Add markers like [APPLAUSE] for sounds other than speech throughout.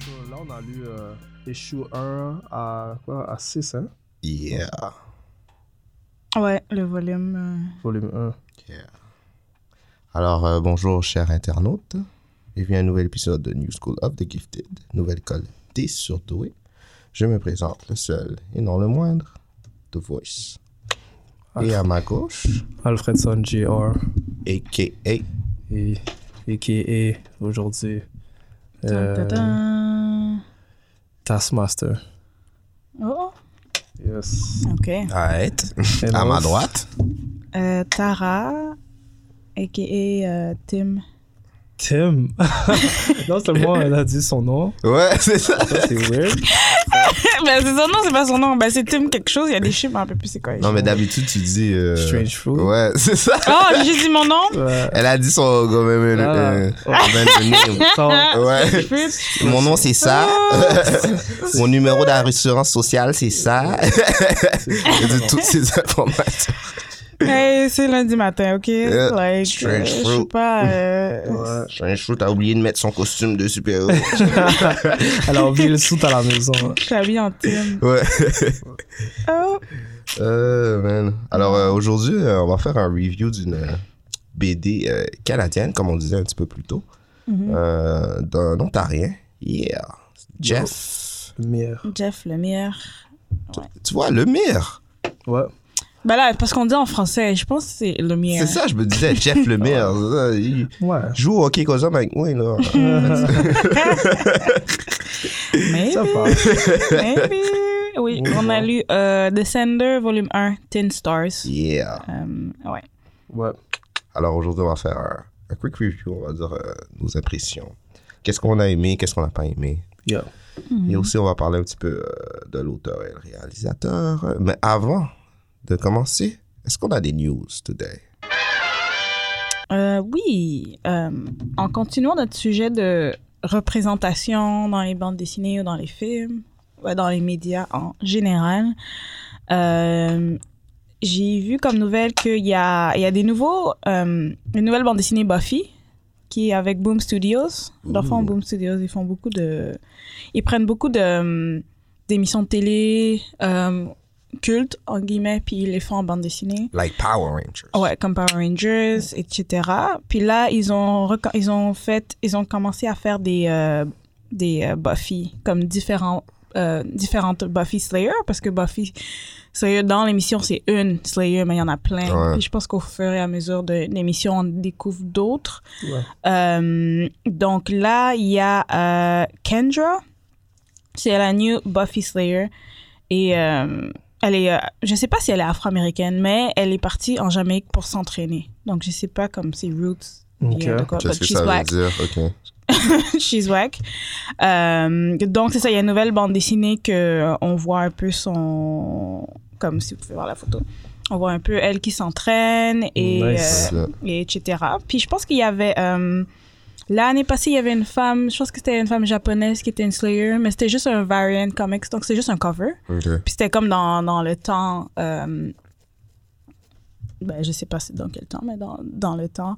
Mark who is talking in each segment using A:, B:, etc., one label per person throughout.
A: Ça, Là, on a lu euh, issue 1 à, quoi, à 6, hein?
B: Yeah.
C: Ouais, le volume.
A: Volume 1.
B: Alors, euh, bonjour, chers internautes. Bienvenue à un nouvel épisode de New School of the Gifted, nouvelle école des surdoués. Je me présente le seul et non le moindre, The Voice. Et à ma gauche,
D: Alfredson Jr.
B: a.k.a.
D: et, et qui est aujourd'hui
C: euh,
D: euh,
C: tadam.
D: Taskmaster.
C: Oh,
A: Yes.
C: ok.
B: Arrête.
D: Et
B: À
D: moi,
B: ma droite,
C: Euh, Tara, a.k.a. euh, Tim. [LAUGHS]
D: Tim. [LAUGHS] non seulement elle a dit son nom,
B: ouais, [LAUGHS] c'est ça.
D: ça, c'est weird.
C: ben, c'est son nom, c'est pas son nom. Ben, c'est Tim quelque chose, il y a des chiffres, mais un peu plus c'est quoi. les
B: Non, mais
C: chiffres.
B: d'habitude, tu dis. euh,
D: Strange Fruit.
B: Ouais, [LAUGHS] c'est ça.
C: Oh, j'ai dit mon nom?
B: [LAUGHS]
D: Ouais.
B: Elle a dit son. quand même,
D: Ah.
B: euh, euh,
D: [LAUGHS] Ça,
B: Ouais.
C: Fruit.
B: Mon nom, c'est ça. Ah. [LAUGHS] Mon numéro d'assurance sociale, c'est ça. [LAUGHS] de toutes ces informations.
C: Hey, c'est lundi matin, ok?
B: Yeah,
C: Like, euh,
B: strange
C: je
B: fruit.
C: sais pas.
B: [LAUGHS]
C: euh,
D: ouais.
B: J'ai un chou, t'as oublié de mettre son costume de super-héros.
D: Elle a oublié le soute à la maison.
C: Je suis habillée en Tim.
B: [LAUGHS] ouais.
C: Oh,
B: Euh, man. Alors, euh, aujourd'hui, euh, on va faire un review d'une euh, BD euh, canadienne, comme on disait un petit peu plus tôt,
C: Mhm.
B: euh, d'un Ontarien. Yeah. Jeff.
D: Mire.
C: Jeff Lemire.
B: Tu vois, Lemire.
D: Ouais.
C: Ben là, parce qu'on dit en français, je pense que c'est Lemire.
B: C'est ça, je me disais, Jeff Lemire. ça, il
D: Ouais.
B: joue au hockey cosum avec moi, là.
C: Maybe.
D: Ça va.
C: Maybe. Oui,
D: Oui,
C: on a
D: bon.
C: lu euh, Descender, volume 1, Tin Stars.
B: Yeah.
C: Euh, ouais.
D: Ouais.
B: Alors aujourd'hui, on va faire un, un quick review, on va dire euh, nos impressions. Qu'est-ce qu'on a aimé, qu'est-ce qu'on n'a pas aimé.
D: Yeah.
C: Mhm.
B: Et aussi, on va parler un petit peu euh, de l'auteur et le réalisateur. Mais avant de commencer, est-ce qu'on a des news today?
C: Euh, oui, euh, en continuant notre sujet de représentation dans les bandes dessinées ou dans les films, ouais, dans les médias en général, euh, j'ai vu comme nouvelle qu'il y a, il y a des nouveaux, euh, une nouvelle bande dessinée Buffy qui est avec Boom Studios. Dans le fond,
B: Ooh.
C: Boom Studios, ils font beaucoup de... Ils prennent beaucoup de, euh, d'émissions de télé, euh, cultes, en guillemets, puis ils les font en bande dessinée.
B: Like Power Rangers.
C: Ouais, comme Power Rangers, etc. Puis là, ils ont, reco- ils ont, fait, ils ont commencé à faire des, euh, des euh, Buffy, comme différents, euh, différentes Buffy Slayer, parce que Buffy Slayer, dans l'émission, c'est une Slayer, mais il y en a plein.
B: Ouais.
C: Puis je pense qu'au fur et à mesure de l'émission, on découvre d'autres.
D: Ouais.
C: Euh, donc là, il y a euh, Kendra, c'est la new Buffy Slayer. Et euh, elle est, euh, je sais pas si elle est afro-américaine, mais elle est partie en Jamaïque pour s'entraîner. Donc je sais pas comme ses roots.
D: Ok.
C: viennent de quoi,
B: Qu'est-ce
C: but
B: que
C: she's
B: ça veut
C: black.
B: dire? Ok.
C: She's whack. Euh, donc, c'est ça, il y a une nouvelle bande dessinée que euh, on voit un peu son. Comme si vous pouvez voir la photo. On voit un peu elle qui s'entraîne et,
D: Nice.
C: euh, et etc. Puis je pense qu'il y avait. euh, L'année passée, il y avait une femme, je pense que c'était une femme japonaise qui était une Slayer, mais c'était juste un variant comics, donc c'est juste un cover.
B: Ok.
C: Puis c'était comme dans, dans le temps. euh, ben, je sais pas c'est dans quel temps, mais dans, dans le temps.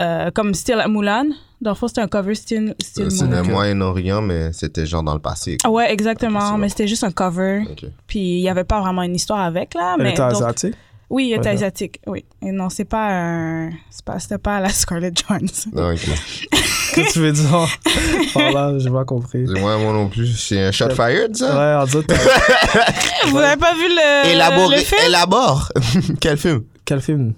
C: euh, comme Still at Mulan. Dans le fond, c'était un cover Still, Still
B: Euh, C'est le
C: Mulan.
B: Moyen-Orient, mais c'était genre dans le passé.
C: Ah Ouais, exactement.
B: Ok, c'est
C: mais
B: bon.
C: c'était juste un cover.
B: Ok.
C: Puis il n'y avait pas vraiment une histoire avec, là.
D: Elle
C: mais
D: était
C: donc-
D: asiatique.
C: Oui, il était
D: Ouais.
C: asiatique. Oui. Et non, c'est pas un. c'est pas- C'était pas la [LAUGHS] Scarlett Johansson.
B: Non, ok.
D: Qu'est-ce que tu veux dire
C: [LAUGHS]
D: par là? J'ai pas compris. Ouais,
B: Moi, moi non plus, c'est un shot fired, ça?
D: en dit,
C: Vous n'avez pas vu le.
B: Élabore,
C: Euh, Le film,
B: élabore. [LAUGHS] Quel film?
D: quel film?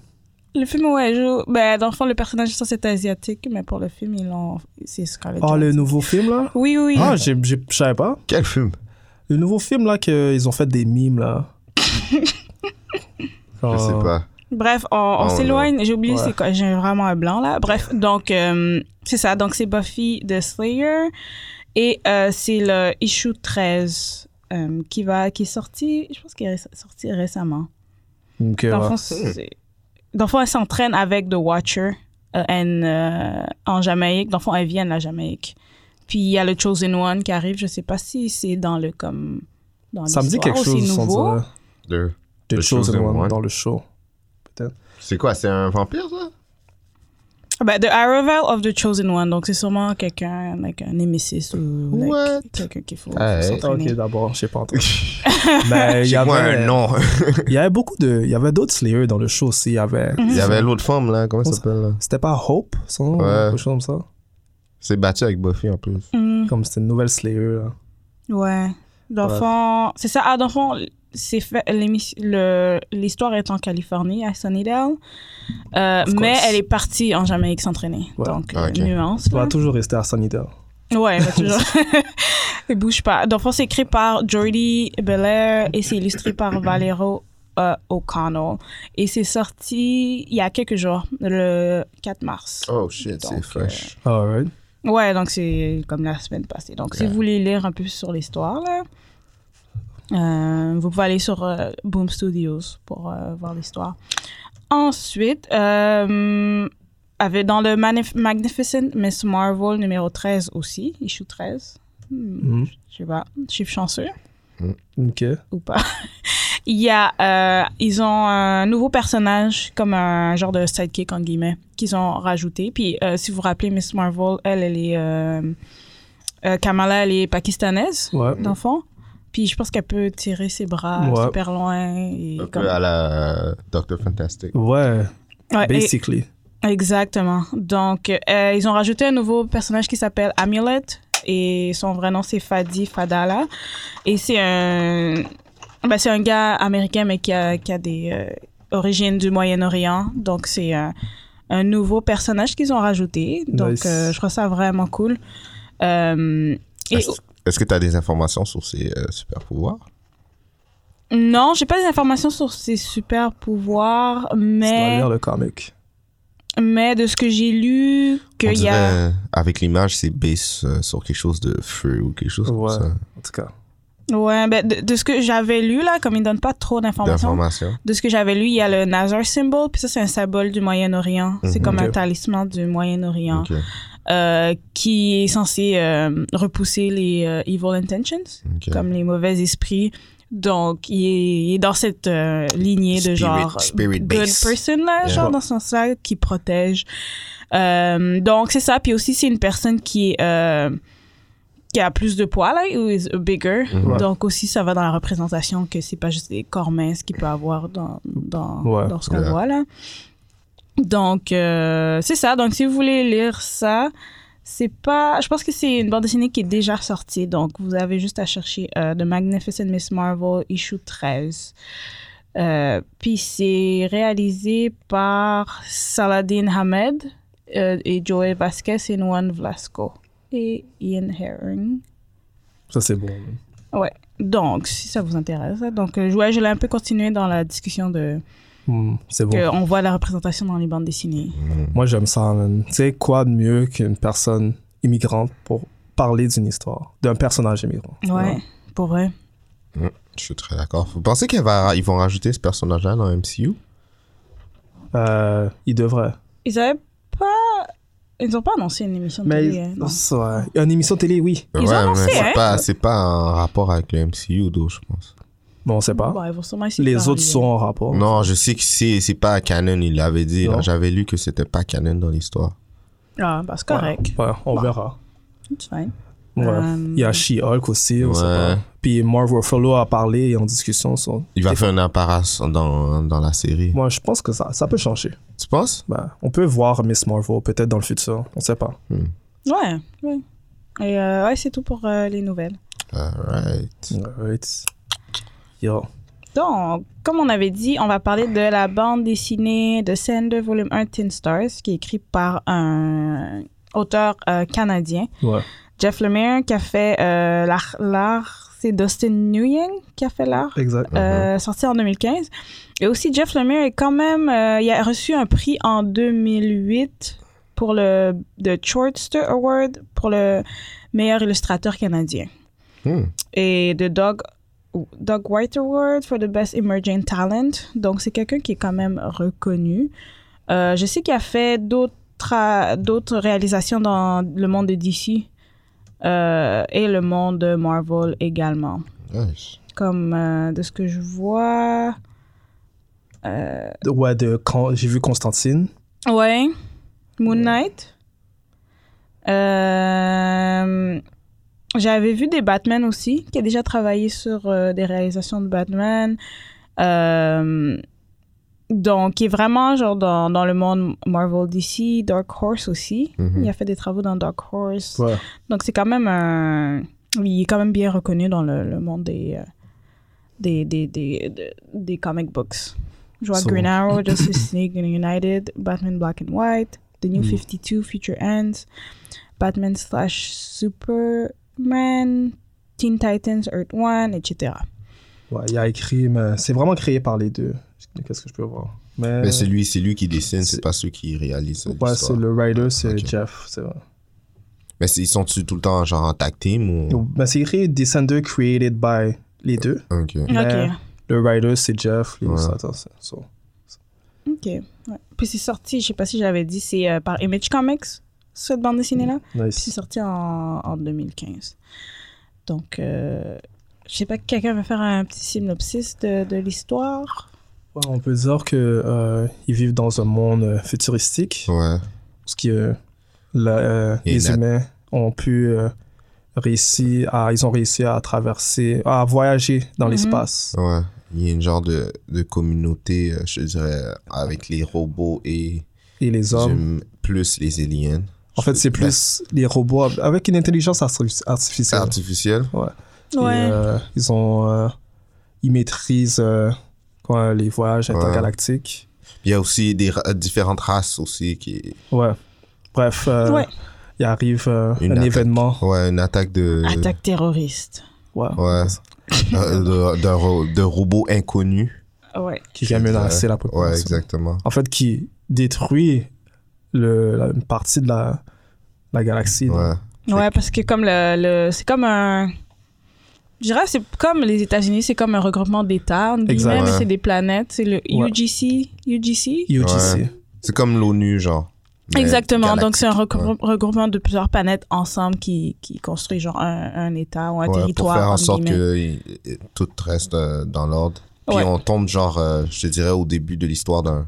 C: le film où elle joue. Ben, dans le fond, le personnage, ça, c'est asiatique. Mais pour le film, ils l'ont. C'est Scarlett
D: Oh,
C: Johansson.
D: le nouveau film là?
C: Oui, oui.
D: Ah, j'ai- j'ai- je savais pas.
B: Quel film?
D: [LAUGHS] Le nouveau film là qu'ils ont fait des mimes là. Oh.
B: Je sais pas.
C: Bref, on, on
B: Oh,
C: s'éloigne. J'ai oublié
D: Ouais.
C: c'est quoi. J'ai vraiment un blanc là. Bref, donc euh, c'est ça. Donc c'est Buffy the Slayer et euh, c'est le issue 13 euh, qui va qui est sorti. Je pense qu'il est ré- sorti récemment.
D: Ok,
C: Dans le
D: ouais.
C: fond, c'est- c'est- dans le fond, elle s'entraîne avec The Watcher euh, and, euh, en Jamaïque. Dans le fond, elle vient de la Jamaïque. Puis il y a le Chosen One qui arrive. Je sais pas si c'est dans le comme dans
D: Ça me dit
C: l'histoire
D: quelque
C: ou
D: chose,
C: c'est
D: sans
C: nouveau.
D: dire.
B: De...
D: The
B: The
D: Chosen
B: Chosen
D: One,
B: One.
D: dans le show.
B: C'est quoi, c'est un vampire, ça?
C: Ben, the Arrival of the Chosen One, donc c'est sûrement quelqu'un, like un Némésis ou like,
B: What?
C: quelqu'un qu'il faut, faut
B: Ah, hey.
D: Ok,
C: s'entraîner.
D: d'abord, j'ai pas entendu.
B: [LAUGHS]
D: Mais il Euh, y
B: J'ai
D: avait
B: moi un nom.
D: Il y avait beaucoup de. Il y avait d'autres Slayer dans le show aussi. Il y avait.
B: Il y avait l'autre femme, là. Comment ça s'appelle, là?
D: C'était pas Hope, son nom,
B: Ouais.
D: quelque chose comme ça.
B: C'est battu avec Buffy, en plus.
C: Mm,
D: Comme c'était une nouvelle Slayer. Là.
C: ouais. Dans le
D: Bref.
C: fond, c'est ça. Ah, dans le fond, c'est fait. l'émission- le- L'histoire est en Californie, à Sunnydale. Euh,
D: Of
C: mais
D: course.
C: elle est partie en Jamaïque s'entraîner.
D: Ouais.
C: Donc,
B: Ah, ok.
C: euh, nuance.
D: Tu vas
C: Là.
D: toujours rester à Sanitaire.
C: Ouais, mais toujours. [LAUGHS] Elle bouge pas. Dans le fond, c'est écrit par Jordi Belair et c'est illustré par Valero euh, O'Connell. Et c'est sorti il y a quelques jours, le 4 mars.
B: Oh, shit, c'est
C: Donc,
B: fresh.
D: Alright.
C: Ouais, donc c'est comme la semaine passée. Donc, si
B: Ouais.
C: vous voulez lire un peu sur l'histoire, là, euh, vous pouvez aller sur euh, Boom Studios pour euh, voir l'histoire. Ensuite, euh, avec, dans le Manif- Magnificent Miss Marvel numéro 13 aussi, issue 13. Hmm,
D: Mhm.
C: Je sais pas, chiffre chanceux
D: Ok.
C: ou pas. [LAUGHS] Il y a, euh, ils ont un nouveau personnage, comme un genre de sidekick, en guillemets, qu'ils ont rajouté. Puis, euh, si vous vous rappelez, Miss Marvel, elle, elle est. euh, euh, Kamala, elle est pakistanaise,
D: Ouais.
B: Mm.
C: dans le fond. Puis, je pense qu'elle peut tirer ses bras
D: Ouais.
C: super loin. Et
B: Un
C: comme-
B: peu à la euh, Doctor Fantastic.
D: Ouais,
C: Ouais, et-
D: basically.
C: Exactement. Donc, euh, ils ont rajouté un nouveau personnage qui s'appelle Amulet et son vrai nom c'est Fadi Fadala. Et c'est un, ben, c'est un gars américain mais qui a, qui a des euh, origines du Moyen-Orient. Donc, c'est un- un nouveau personnage qu'ils ont rajouté. Donc,
D: Nice.
C: euh, je trouve ça vraiment cool. Euh, et,
B: Est-ce est-ce que tu as des informations sur ces euh, super pouvoirs?
C: non, j'ai pas des informations sur ses super pouvoirs,
D: Tu dois
C: mais,
D: lire le comic.
C: mais de ce que j'ai lu,
B: On
C: qu'il y a.
B: dirait, euh, avec l'image, c'est basé euh, sur quelque chose de feu ou quelque chose
D: Ouais.
B: comme ça.
D: En tout cas.
C: Ouais, ben de, de ce que j'avais lu, là, comme il donne pas trop d'informations,
B: D'informations.
C: de ce que j'avais lu, il y a le Nazar symbol, puis ça, c'est un symbole du Moyen-Orient. C'est
B: Mhm.
C: comme un
D: Ok.
C: talisman du Moyen-Orient
B: Ok.
C: euh, qui est censé euh, repousser les euh, evil intentions,
B: ok.
C: comme les mauvais esprits. Donc, il est, il est dans cette euh, lignée de
B: Spirit-
C: genre
B: spirit
C: good
B: base.
C: person, là,
B: Yeah.
C: genre dans ce sens-là, qui protège. Euh, donc, c'est ça. Puis aussi, c'est une personne qui est... euh, qui a plus de poids, là, ou is bigger.
B: Mhm.
D: Ouais.
C: Donc aussi, ça va dans la représentation que c'est pas juste des corps minces qu'il peut avoir dans, dans,
D: Ouais.
C: dans ce qu'on
B: Ouais.
C: voit là. Donc euh, c'est ça. Donc si vous voulez lire ça, c'est pas. Je pense que c'est une bande dessinée qui est déjà sortie. Donc vous avez juste à chercher euh, The Magnificent Miss Marvel issue 13. Euh, puis c'est réalisé par Saladin Hamed euh, et Joey Vasquez et Juan Vlasco et Ian Herring.
D: Ça, c'est bon.
C: Donc, si ça vous intéresse. là. Donc, euh, ouais, je l'ai un peu continué dans la discussion de
D: Hmm, c'est bon.
C: qu'on voit la représentation dans les bandes dessinées.
D: Moi, j'aime ça, man. Tu sais, quoi de mieux qu'une personne immigrante pour parler d'une histoire, d'un personnage immigrant.
C: Ouais, pour vrai.
B: Je suis très d'accord. Vous pensez qu'ils vont rajouter ce personnage-là dans MCU?
D: Euh, il devrait.
C: Ils avaient pas, ils ont pas annoncé une émission de télé. hein, non.
D: Ouais. Une émission télé, oui.
C: Ils ont annoncé,
B: mais c'est
C: hein?
B: pas, c'est pas en rapport avec le MCU, d'où, je pense.
D: Mais on sait pas.
C: Bon, ils vont sûrement essayer de
D: Les
C: faire
D: autres
C: un-
D: sont en rapport.
B: Non, je sais que c'est, c'est pas canon, il l'avait dit.
D: Non.
B: J'avais lu que c'était pas canon dans l'histoire.
C: Ah, bah, c'est correct.
D: Ouais, on
C: Bon.
D: verra.
C: C'est fine.
D: Ouais.
C: Euh,
D: Il y a She-Hulk aussi, on sait
B: Ouais.
D: pas. Puis Marv Ruffalo a parlé en discussion. sur-
B: Il va faire une apparition dans, dans la série.
D: Moi, je pense que ça, ça peut changer.
B: Tu penses?
D: Ben, on peut voir Miss Marvel peut-être dans le futur. On sait pas.
C: Ouais, ouais. Et euh, ouais, c'est tout pour euh, les nouvelles.
B: Alright.
D: Alright. Yo.
C: Donc, comme on avait dit, on va parler de la bande dessinée de Sender Volume 1 Tin Stars, qui est écrite par un auteur euh, canadien.
D: Ouais.
C: Jeff Lemire qui a fait euh, l'art- l'art c'est Dustin Nguyen qui a fait l'art.
D: Exact.
C: euh, sorti en 2015. Et aussi, Jeff Lemire est quand même. euh, il a reçu un prix en 2008 pour le The Shortster Award pour le meilleur illustrateur canadien.
B: Hmm.
C: Et The Dog, Dog White Award for the Best Emerging Talent. Donc, c'est quelqu'un qui est quand même reconnu. Euh, je sais qu'il a fait d'autres tra- d'autres réalisations dans le monde de DC euh, et le monde de Marvel également
B: Nice.
C: comme euh, de ce que je vois. Euh,
D: Ouais, de quand j'ai vu Constantine.
C: ouais, Moon Knight. Euh, J'avais vu des Batman aussi, qui a déjà travaillé sur euh, des réalisations de Batman. Euh, donc, qui est vraiment genre dans, dans le monde Marvel DC, Dark Horse aussi.
B: Mhm.
C: Il a fait des travaux dans Dark Horse.
D: Ouais.
C: Donc c'est quand même un... Il est quand même bien reconnu dans le, le monde des, euh, des, des, des, de- des comic books. Je vois
D: So-
C: Green Arrow, Justice [LAUGHS] League United, Batman Black and White, The New
D: Mm.
C: 52, Future Ends, Batman slash Superman, Teen Titans, Earth One, etc.
D: Ouais, il a écrit, mais c'est vraiment créé par les deux. Qu'est-ce que je peux voir Mais,
B: Mais c'est lui, c'est lui qui dessine,
D: Euh, c'est-
B: c'est pas ceux qui réalisent
D: Ouais,
B: l'histoire.
D: c'est le writer, c'est
B: Ok.
D: Jeff, c'est vrai.
B: Mais c'est- ils sont-tu tout le temps genre en tag team ou...
D: Donc, ben, c'est écrit Descender created by les deux.
B: Ok.
D: Mais-
C: Ok.
D: Le writer, c'est Jeff,
B: Ouais.
D: l'illustrateur, c'est so.
C: Ok. ouais. Puis c'est sorti, je sais pas si j'avais dit, c'est euh, par Image Comics, cette bande dessinée-là. Puis c'est
D: Nice.
C: sorti en, en 2015. Donc, euh, je sais pas, quelqu'un veut faire un petit synopsis de, de l'histoire?
D: Ouais, on peut dire que euh, ils vivent dans un monde euh, futuristique,
B: Ouais.
D: parce que euh, la- euh,
B: Et
D: les
B: la-
D: humains ont pu euh, réussir à, ils ont réussi à traverser, à voyager dans
C: Mhm.
D: l'espace.
B: Ouais. Il y a une genre de, de communauté, euh, je dirais, avec les robots et
D: Et les hommes,
B: j'aime plus les aliens.
D: en fait, c'est plus les robots av- avec une intelligence arti-
B: C'est
D: artificielle.
B: artificiel.
D: Et, euh, ils ont, euh, ils maîtrisent euh, quoi, les voyages
B: Ouais.
D: intergalactiques.
B: Il y a aussi des ra- différentes races aussi qui.
D: Ouais. Bref, euh,
C: Ouais.
D: il arrive euh,
B: Une
D: un
B: attaque.
D: événement.
B: Ouais, une attaque de.
C: Attaque terroriste.
D: Ouais.
B: Ouais. Euh, de, de ro- de robots inconnus.
C: Ouais.
D: Qui vient menacer la population.
B: euh, Ouais, exactement.
D: En fait, qui détruit le, la- une partie de la, la galaxie.
B: Ouais.
C: Ouais, parce que comme le... le- c'est comme un... Je dirais, c'est comme les États-Unis, c'est comme un regroupement d'États, entre
D: Exact.
C: guillemets, mais
B: Ouais.
C: c'est des planètes. C'est le
D: Ouais.
C: UGC. UGC?
D: UGC.
B: C'est comme l'ONU, genre. Mais
C: Exactement. Donc, c'est un
B: galactique,
C: regrou- regroupement de plusieurs planètes ensemble qui, qui construit genre un, un État ou un
B: ouais. Ouais,
C: territoire.
B: Pour faire en
C: entre
B: sorte
C: guillemets.
B: que il- il- tout reste euh, dans l'ordre. Puis
C: Ouais.
B: on tombe, genre, euh, je te dirais, au début de l'histoire d'un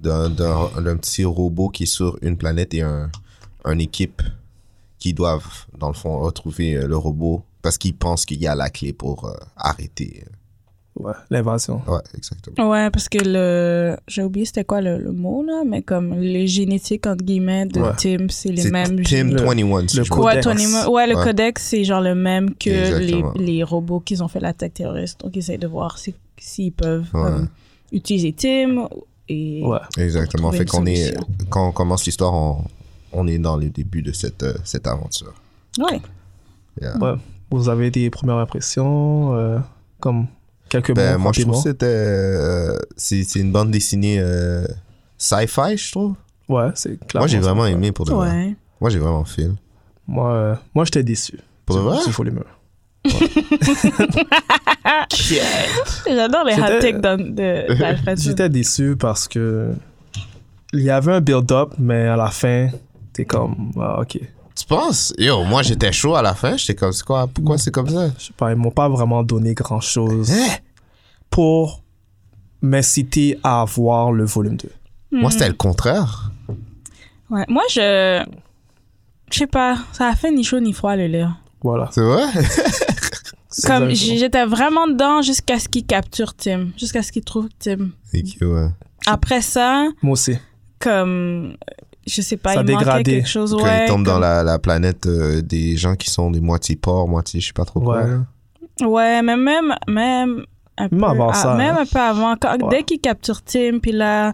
B: d'un- d'un d'un petit robot qui est sur une planète et un, une équipe qui doivent, dans le fond, retrouver euh, le robot parce qu'ils pensent qu'il y a la clé pour euh, arrêter.
D: Ouais, L'invasion.
B: Ouais, exactement.
C: Ouais, parce que le. J'ai oublié c'était quoi le, le mot, là, mais comme les génétiques, entre guillemets, de
B: Ouais.
C: Tim, c'est les
B: C'est Tim
C: mêmes. gé-
D: le-
B: 21, si
D: le
B: je me
C: Quoi,
D: Codex.
C: Tony Mo- Ouais, le
B: Ouais.
C: codex, c'est genre le même que les,
B: Exactement.
C: les robots qu'ils ont fait l'attaque terroriste. Donc, ils essayent de voir si- s'ils peuvent
B: Ouais.
C: euh, utiliser Tim. Et...
D: Ouais.
B: Exactement.
C: Trouver
B: Fait
C: une
B: qu'on est,
C: solution.
B: quand on commence l'histoire, on, on est dans le début de cette, euh, cette aventure.
C: Ouais.
B: Yeah.
D: Ouais. Vous avez des premières impressions, euh, comme quelques
B: Ben,
D: mots
B: moi, je trouve
D: rapidement.
B: que c'était. euh, c'est c'est une bande dessinée euh, sci-fi, je trouve.
D: Ouais, c'est clair.
B: moi, j'ai vraiment aimé pour de vrai.
C: Ouais.
B: Moi, j'ai vraiment film.
D: Moi, euh, moi j'étais déçu.
B: Pour de vrai?
D: C'est faux les murs.
C: J'adore les
D: C'était-
C: haptics d'An- de-
D: [LAUGHS]
C: d'Alfred.
D: J'étais déçu parce que il y avait un build-up, mais à la fin, t'es comme, ah, ok.
B: Tu penses? Yo, moi, j'étais chaud à la fin. J'étais comme, c'est quoi? Pourquoi
D: Mm.
B: c'est comme ça? Eh,
D: Je sais pas, ils m'ont pas vraiment donné grand-chose
B: Hein?
D: pour m'inciter à voir le volume 2.
B: Moi, c'était le contraire.
C: Ouais. Moi, je. Je sais pas, ça a fait ni chaud ni froid le lire.
D: Voilà.
B: C'est
D: [LAUGHS]
B: vrai?
D: C'est
C: Comme
D: exactement.
C: j- j'étais vraiment dedans jusqu'à ce qu'il capture Tim, jusqu'à ce qu'il trouve Tim.
B: C'est que, ouais.
C: Après ça,
D: Moi aussi.
C: comme je sais pas,
D: Ça
C: il manquait
D: dégradait.
C: quelque chose.
B: Quand
C: ouais,
B: ils tombent dans
C: comme-
B: la, la planète euh, des gens qui sont des moitiés porcs, moitié je sais pas trop quoi.
D: Ouais.
B: là.
C: ouais, mais même même un peu
D: Même avant ça,
C: même
D: hein.
C: un peu avant, quand-
D: Ouais.
C: dès qu'il capture Tim, puis là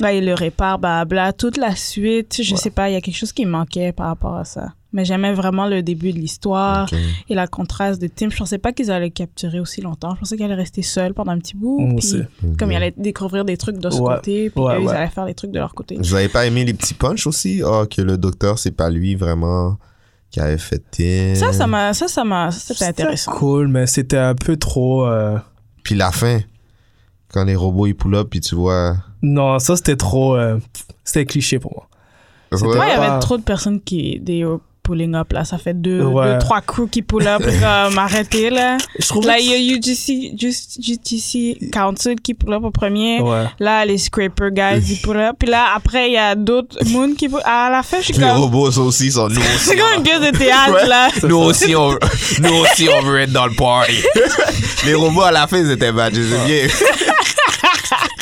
C: Là, il le répare, blabla. Toute la suite, je sais pas, il y a quelque chose qui manquait par rapport à ça. Mais j'aimais vraiment le début de l'histoire
B: Ok.
C: et la contraste de Tim. Je pensais pas qu'ils allaient le capturer aussi longtemps. Je pensais qu'elle allait rester seule pendant un petit bout.
D: Moi
C: puis
D: aussi.
C: Comme ils allaient découvrir des trucs de ce
D: Ouais.
C: côté, puis
D: Ouais,
C: eux, ils
D: ouais.
C: allaient faire des trucs de leur côté.
B: Vous avez pas aimé les petits punchs aussi? Ah, que le docteur, c'est pas lui vraiment qui avait fait Tim.
C: Ça, ça m'a. Ça, ça m'a. ça, C'était intéressant.
D: cool, mais c'était un peu trop. euh,
B: Puis la fin, quand les robots ils pull up, puis tu vois.
D: Non, ça c'était trop. euh, C'était cliché pour moi.
C: Moi, il y
D: pas-
C: avait trop de personnes qui. Des euh, pulling up, là. Ça fait deux,
D: Ouais.
C: deux, trois coups qui
D: [LAUGHS]
C: pull up, comme arrêter, là.
D: Je trouve
C: Là, il y a UGC, just- UGC Council qui pull up au premier.
D: Ouais.
C: Là, les scraper guys, ils pull up. Puis là, après, il y a d'autres moons qui pull À la fin, je suis
B: Les
C: comme.
B: robots ça aussi sont nous aussi.
C: C'est comme une pièce de théâtre,
B: Ouais.
C: là.
B: Nous aussi, on,
C: [LAUGHS]
B: nous aussi, on veut être dans le party. les robots, à la fin, ils étaient bad, je sais bien.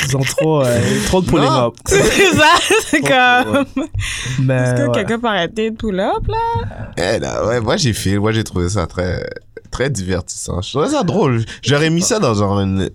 D: Ils ont trop, euh, trop de pulling
B: Non.
D: up.
C: [LAUGHS] C'est ça, c'est comme. [LAUGHS]
D: Mais.
C: Est-ce que
D: Euh, ouais.
C: quelqu'un peut arrêter de pull up, là?
B: Eh, là, ouais, moi, j'ai fait, moi, j'ai trouvé ça très, très divertissant. Je trouvais ça drôle. J'aurais mis ça dans genre une,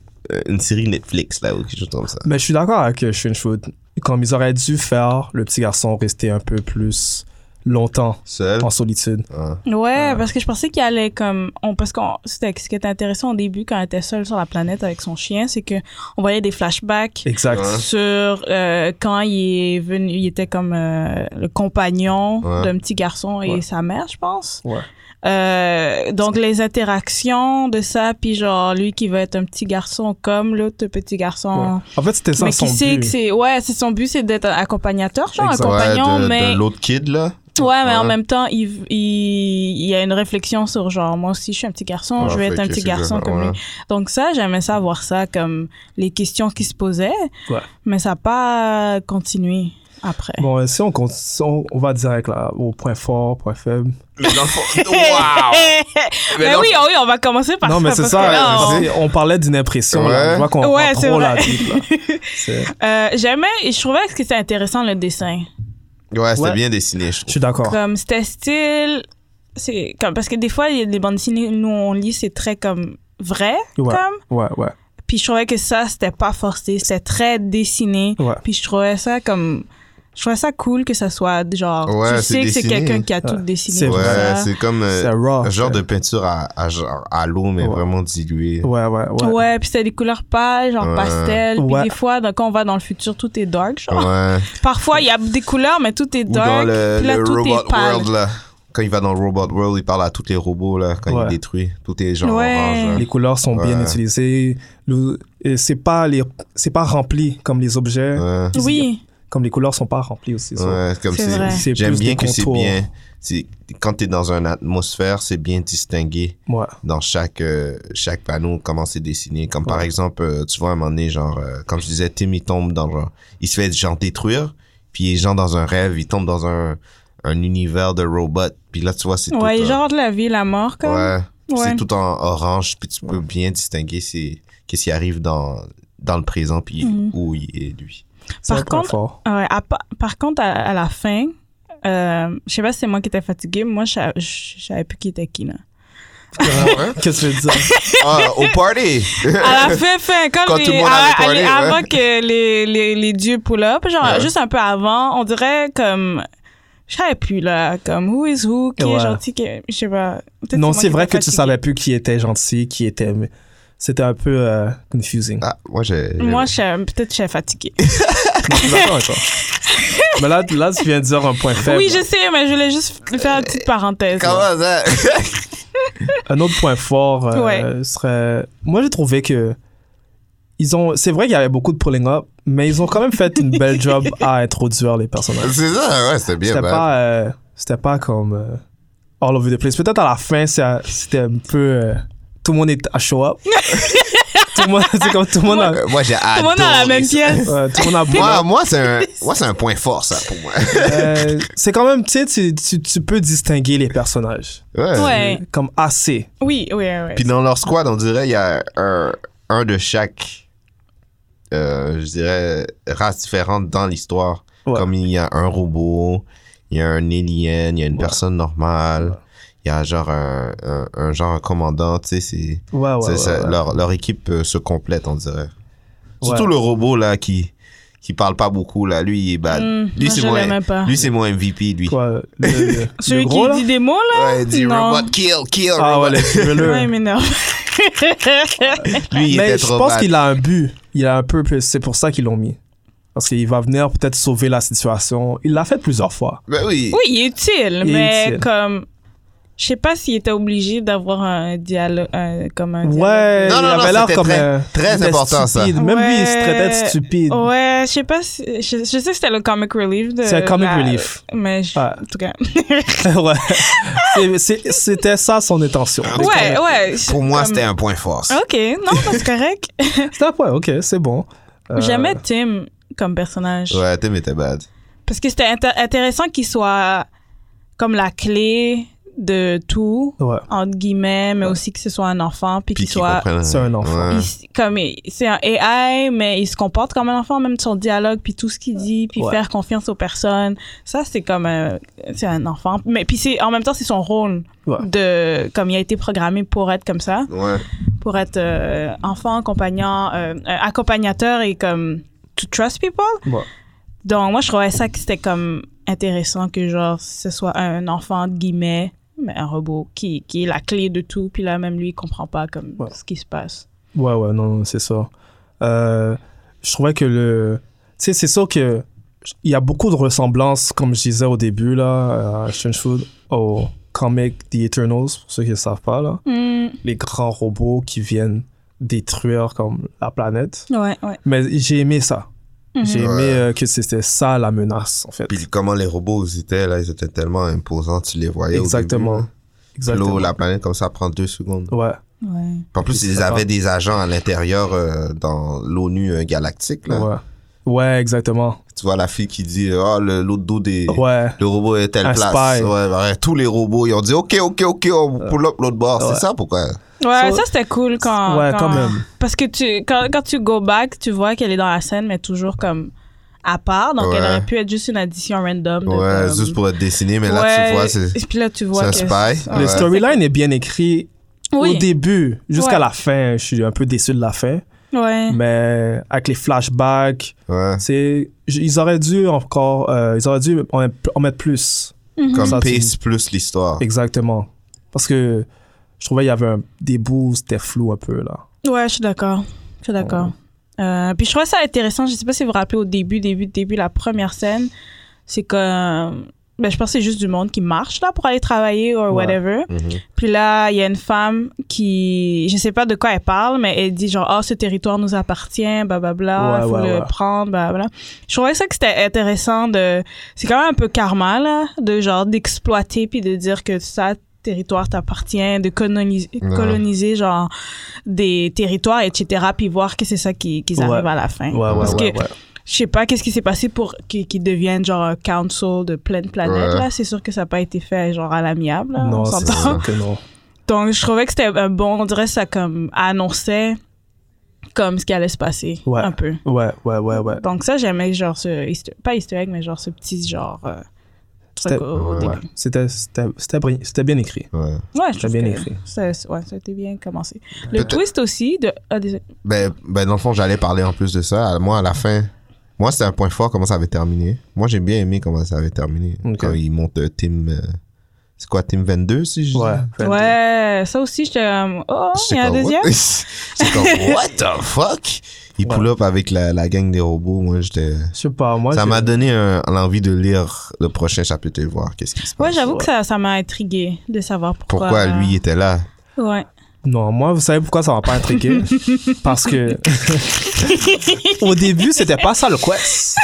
B: une série Netflix, là, ou quelque chose comme ça.
D: Mais Ben, je suis d'accord avec Shinfood. Comme ils auraient dû faire le petit garçon rester un peu plus longtemps
B: Seul.
D: en solitude.
B: Ah.
C: Ouais, parce que je pensais qu'il allait comme. On, parce que c'était ce qui était intéressant au début quand elle était seule sur la planète avec son chien, c'est que on voyait des flashbacks.
D: Exact.
B: Ouais.
C: sur euh, quand il est venu, il était comme euh, le compagnon
B: Ouais.
C: d'un petit garçon et
D: Ouais.
C: sa mère, je pense.
D: Ouais.
C: Euh, donc les interactions de ça, puis genre lui qui veut être un petit garçon comme l'autre petit garçon.
D: Ouais. En fait, c'était ça
C: Mais
D: son
C: qui sait
D: but.
C: que c'est ouais, c'est son but c'est d'être un accompagnateur, genre
D: Exact.
C: un compagnon,
B: ouais, de,
C: mais
B: de l'autre kid, là.
C: ouais, mais en
B: Ouais.
C: même temps il, il il y a une réflexion sur genre moi aussi je suis un petit garçon, Ah, je veux
B: Ouais,
C: être
B: Ah, fait
C: un
B: que
C: petit
B: c'est
C: garçon
B: ça,
C: comme lui.
B: ouais.
C: Donc ça, j'aimais ça voir ça comme les questions qui se posaient,
D: Ouais.
C: mais ça n'a pas continué après. [LAUGHS]
D: Bon, euh, si on, compte- si on, on va direct là, au point fort, point faible.
B: Mais dans le fond- Wow!
C: mais
B: dans-
C: oui, oh oui, on va commencer par
D: non, mais c'est
C: parce
D: ça.
C: que là, on-
D: c'est- on... parlait d'une impression. Là.
B: Ouais.
D: Je vois qu'on
C: Ouais,
D: ouais,
C: c'est
D: trop
C: vrai.
D: la deep, là.
C: [LAUGHS]
D: C'est-
C: Euh, j'aimais, et je trouvais que c'était intéressant le dessin.
B: Ouais, c'était
D: Ouais.
B: bien dessiné, je
D: Je
B: trouve.
D: suis d'accord.
C: Comme c'était style, c'est comme parce que des fois il y a des bandes dessinées nous on lit c'est très comme vrai
D: Ouais.
C: comme.
D: Ouais, ouais.
C: Puis je trouvais que ça c'était pas forcé, c'était très dessiné.
D: Ouais.
C: Puis je trouvais ça comme je trouvais ça cool que ça soit genre
B: Ouais,
C: tu
B: c'est
C: sais que c'est
B: dessiné.
C: quelqu'un qui a tout
D: Ouais.
C: dessiné.
D: C'est
C: tout
D: vrai.
B: Ouais,
C: ça.
B: c'est comme euh,
D: C'est raw.
B: un genre
D: c'est-
B: de peinture à, à genre à l'eau, mais
D: Ouais.
B: vraiment diluée.
D: Ouais, ouais, ouais.
C: Ouais, puis c'était des couleurs pâles, genre
B: Ouais.
C: pastel. Puis
D: Ouais.
C: des fois, donc, quand on va dans le futur, tout est dark, genre.
B: Ouais.
C: Parfois, il y a des couleurs, mais tout est
B: Ou dans
C: [LAUGHS] dark.
B: le,
C: puis là,
B: le
C: tout
B: Robot
C: est pâle.
B: World, là. Quand il va dans le Robot World, il parle à tous les robots, là, quand
D: Ouais.
B: il détruit. Tout est genre
C: Ouais.
B: orange, là.
D: Les couleurs sont bien
B: Ouais.
D: utilisées. Le- et C'est pas, les- c'est pas rempli comme les objets.
B: Ouais.
C: Oui,
D: Comme les couleurs sont pas remplies aussi. ça.
B: Ouais, comme
C: C'est
B: c'est-
C: vrai.
D: C'est
B: J'aime
D: plus
B: bien
D: des
B: que c'est
D: contours.
B: bien. c'est- Quand t'es dans une atmosphère, c'est bien distingué
D: Ouais.
B: dans chaque, euh, chaque panneau, comment c'est dessiné. Comme par
D: Ouais.
B: exemple, euh, tu vois, à un moment donné, genre, euh, comme je disais, Tim, il tombe dans genre, il se fait genre détruire, puis il est genre dans un rêve, il tombe dans un, un univers de robots, puis là, tu vois, c'est
C: ouais,
B: tout. euh,
C: genre de la vie, la mort, comme.
B: ouais, puis
C: Ouais.
B: c'est tout en orange, puis tu peux bien distinguer c'est, qu'est-ce qui arrive dans, dans le présent, puis
C: Mhm.
B: où il est, lui.
D: C'est
C: Par
D: un point
C: contre-
D: fort.
C: Ouais, à pa- par contre, à, à la fin, euh, je sais pas si c'est moi qui étais fatiguée, mais moi, je sa- je savais plus qui était qui, là.
D: [LAUGHS] Ah Qu'est-ce que tu veux dire?
B: [LAUGHS] Ah, au party!
C: À la fin, fin, quand,
B: Quand
C: les-
B: tout le monde
C: à-
B: avait
C: à-
B: parlé,
C: les-
B: ouais.
C: avant que les, les, les dieux pull up, genre,
B: Ouais.
C: juste un peu avant, on dirait comme. Je savais plus, là, comme who is who, qui est
D: Ouais.
C: gentil, qui est- Je sais pas. Peut-être
D: Non,
C: moi
D: c'est
C: qui
D: vrai
C: étais
D: que tu
C: fatiguée.
D: savais plus qui était gentil, qui était. C'était un peu euh, confusing.
B: Ah, moi, j'ai.
C: Moi, je savais- peut-être je suis fatiguée.
D: Non, je suis d'accord avec toi. Mais là, là, tu viens de dire un point [LAUGHS] faible.
C: Oui, je sais, mais je voulais juste faire une petite parenthèse.
B: Comment ça?
D: Un autre point fort euh,
C: Ouais.
D: serait. Moi, j'ai trouvé que. Ils ont... C'est vrai qu'il y avait beaucoup de pulling up, mais ils ont quand même fait une belle job à [LAUGHS] introduire les personnages.
B: [LAUGHS] c'est ça, ouais, c'était bien, ben.
D: C'était
B: man.
D: pas, euh, c'était pas comme euh, all over the place. Peut-être à la fin, ça- c'était un peu. euh, tout le monde est à show [LAUGHS] up. tout le monde, c'est comme tout le monde a.
B: Euh, Moi, j'ai
C: Tout
B: adoré.
C: le monde dans la même
B: ça.
C: pièce.
D: ouais, tout le monde a pull
B: Moi,
D: up.
B: moi c'est
D: [LAUGHS]
B: un, moi, c'est un point fort, ça, pour moi.
D: Euh, c'est quand même, tu sais, tu- tu- tu peux distinguer les personnages.
B: [LAUGHS]
D: Euh,
B: Ouais.
C: Ouais.
D: Comme assez.
C: Oui, oui, oui.
B: Puis dans leur squad, on dirait il y a un, un de chaque, euh, je dirais, race différente dans l'histoire.
D: Ouais.
B: Comme il y a un robot, il y a un alien, il y a une
D: Ouais.
B: personne normale,
D: Ouais.
B: il y a genre un, un, un genre un commandant, tu sais, c'est...
D: Ah Ouais, ouais.
B: c'est-
D: ouais,
B: ça-
D: ouais.
B: Leur, leur équipe euh, se complète, on dirait.
D: Ouais.
B: Surtout le robot, là, qui, qui parle pas beaucoup, là. Lui, il est bad.
C: Hmm,
B: lui,
C: moi,
B: c'est
C: je
B: mon,
C: l'aimais pas.
B: lui, c'est mon MVP, lui.
D: Quoi,
B: [LAUGHS]
D: le, le-
C: Celui
D: le gros,
C: qui
D: là?
C: dit des mots, là
B: Ouais, il dit
C: Non.
B: robot kill, kill,
D: Ah ouais,
B: robot.
D: le thriller.
C: [LAUGHS] Ouais, il m'énerve.
B: [LAUGHS]
D: [LAUGHS]
B: Lui, il
D: Mais
B: était
D: je
B: trop
D: pense
B: bad.
D: qu'il a un but. Il a un peu, plus- c'est pour ça qu'ils l'ont mis. Parce qu'il va venir peut-être sauver la situation. Il l'a fait plusieurs fois.
B: Ben oui.
C: oui, il est utile,
D: Il est
C: mais
D: utile.
C: comme. Je sais pas s'il était obligé d'avoir un dialogue. un- comme un dialogue.
D: Ouais,
B: Non, non,
D: il
B: non,
D: avait l'air
B: c'était
D: comme
B: très-
D: un-
B: très
D: il était
B: important, ça.
D: stupide. Même lui, il se
C: Ouais. Oh.
D: traitait de stupide.
C: Ouais, je sais pas si. Je, je sais que c'était le comic relief. de
D: C'est un comic
C: la-
D: relief.
C: Mais je-
D: Ouais.
C: en
D: [LAUGHS]
C: tout cas.
D: [LAUGHS] Ouais. C'est- c'est- C'était ça son intention.
C: ouais, ouais. je-
B: Pour moi,
C: comme-
B: c'était un point fort. ça.
C: Ok, non, c'est correct.
D: C'était un point, ok, c'est bon. [LAUGHS] Euh,
C: oh. J'aimais Tim comme personnage.
B: Ouais, Tim était bad.
C: Parce que c'était inté- intéressant qu'il soit comme la clé de tout,
D: Ouais.
C: entre guillemets, mais aussi que ce soit un enfant, puis
B: Puis
C: qu'il
B: qu'il
C: soit.
B: comprenne.
D: C'est un enfant.
B: Ouais.
C: il s- comme il- c'est un AI mais il se comporte comme un enfant même son dialogue puis tout ce qu'il dit puis
D: Ouais.
C: faire confiance aux personnes ça c'est comme un, c'est un enfant mais puis c'est en même temps c'est son rôle
D: Ouais.
C: de comme il a été programmé pour être comme ça
B: Ouais.
C: pour être euh, enfant compagnon euh, euh, accompagnateur et comme to trust people
D: Ouais.
C: donc moi je trouvais ça que c'était comme intéressant que genre ce soit un enfant de guillemets mais un robot qui, qui est la clé de tout puis là même lui il comprend pas comme
D: Ouais.
C: ce qui se passe
D: Ouais, ouais, non, non, c'est ça. Euh, je trouvais que le. Tu sais, c'est sûr que. Il y a beaucoup de ressemblances, comme je disais au début, là, à Shinshun, au comic The Eternals, pour ceux qui ne savent pas, là.
C: Hmm.
D: Les grands robots qui viennent détruire, comme, la planète.
C: Ouais, ouais.
D: Mais j'ai aimé ça. J'ai
B: Mhm.
D: aimé
B: Ouais.
D: euh, que c'était ça, la menace, en fait.
B: Puis comment les robots ils étaient, là, ils étaient tellement imposants, tu les voyais
D: Exactement.
B: au début. là.
D: Exactement.
B: L'eau, la planète, comme ça, prend deux secondes.
D: Ouais.
C: ouais.
B: En plus,
D: Puis
B: ils
D: ça part.
B: avaient des agents à l'intérieur euh, dans l'ONU euh, galactique, là.
D: Ouais. Ouais, exactement.
B: Tu vois la fille qui dit, ah, le l'autre dos des...
D: Ouais.
B: Le robot est à telle
D: Un
B: place.
D: spy. Euh.
B: Ouais, ouais, tous les robots, ils ont dit, OK, OK, OK, on pull up l'autre bord.
D: Ouais.
B: C'est ça pourquoi?
C: Ouais,
D: So-
C: ça c'était cool quand.
D: ouais, quand même.
C: Parce que tu, quand, quand tu go back, tu vois qu'elle est dans la scène, mais toujours comme à part. Donc elle
B: Ouais.
C: aurait pu être juste une addition random. de
B: Ouais,
C: comme-
B: juste pour être dessiné, mais là,
C: Ouais,
B: tu vois, c'est
C: Et puis là, tu vois.
B: c'est
C: que-
B: un spy.
D: Le
B: Ouais.
D: storyline est bien écrit
C: Oui.
D: au début, jusqu'à
C: Ouais.
D: la fin. Je suis un peu déçu de la fin.
C: Ouais.
D: Mais avec les flashbacks,
B: Ouais.
D: c'est j- ils auraient dû encore, euh, ils auraient dû en, en mettre plus.
C: Mhm.
B: Comme
D: Ça, c'est-
B: Pace plus l'histoire.
D: Exactement. Parce que je trouvais qu'il y avait un- des bouts, c'était flou un peu là.
C: Ouais, je suis d'accord. Je suis d'accord. Euh, puis je trouvais ça intéressant. Je sais pas si vous vous rappelez au début, début, début, la première scène, c'est que. Ben, je pense que c'est juste du monde qui marche là pour aller travailler ou
D: Ouais. Mm-hmm.
C: whatever.
B: Mhm.
C: Puis là, il y a une femme qui, je sais pas de quoi elle parle, mais elle dit genre, ah, ce territoire nous appartient, blablabla,
D: Ouais,
C: faut
D: ouais,
C: le
D: ouais.
C: prendre, blablabla. Je trouvais ça que c'était intéressant de, c'est quand même un peu karma, là, de genre d'exploiter puis de dire que ça, territoire t'appartient, de coloniser,
B: Ouais.
C: coloniser genre des territoires, etc., puis voir que c'est ça qui, qu'ils
D: Ouais.
C: arrivent à la fin.
D: Ouais, ouais,
C: Parce
D: ouais,
C: que
D: ouais.
C: je sais pas qu'est-ce qui s'est passé pour qu'ils qu'ils deviennent genre un council de pleine planète,
B: Ouais.
C: là. C'est sûr que ça n'a pas été fait genre à l'amiable, là,
D: Non,
C: on
D: c'est
C: s'entend.
D: sûr que non.
C: [LAUGHS] Donc, je trouvais que c'était un bon, on dirait ça comme annonçait comme ce qui allait se passer
D: Ouais.
C: un peu.
D: Ouais, ouais, ouais, ouais.
C: Donc ça, j'aimais genre ce, easter- pas easter egg, mais genre ce petit genre euh,
D: C'était-
C: truc au, au
B: ouais.
C: début.
D: Ouais. C'était, c'était, c'était, bri- c'était bien écrit.
B: Ouais.
C: Ouais, je
D: C'était
C: trouve
D: bien
C: que
D: écrit.
C: ça, c'est- ouais, ça a été bien commencé. Le
B: Peut-être-
C: twist aussi de... ah, désolé.
B: Ben, ben, dans le fond, j'allais parler en plus de ça. Moi, à la fin, moi, c'était un point fort comment ça avait terminé. Moi, j'ai bien aimé comment ça avait terminé.
D: Ok.
B: Quand ils montent euh, Team. euh, c'est quoi, Team 22 si je dis?
D: Ouais.
C: Ouais, ça aussi, j'étais comme... Oh, il
B: J'étais
C: y a un
B: comme,
D: [LAUGHS]
C: deuxième?
B: [LAUGHS] what? J'étais
C: [LAUGHS]
B: comme, what the fuck? Ils
D: Ouais.
B: pull up avec la, la gang des robots. Moi, j'étais.
D: Je sais pas, moi.
B: ça
D: j'ai-
B: m'a donné un- l'envie de lire le prochain chapitre et voir qu'est-ce qui se passe.
C: Ouais, j'avoue que ça ça m'a intrigué de savoir pourquoi.
B: Pourquoi lui était là?
C: euh, Ouais.
D: Non, moi, vous savez pourquoi ça m'a pas intrigué? Parce que. Au début, c'était pas ça le quest.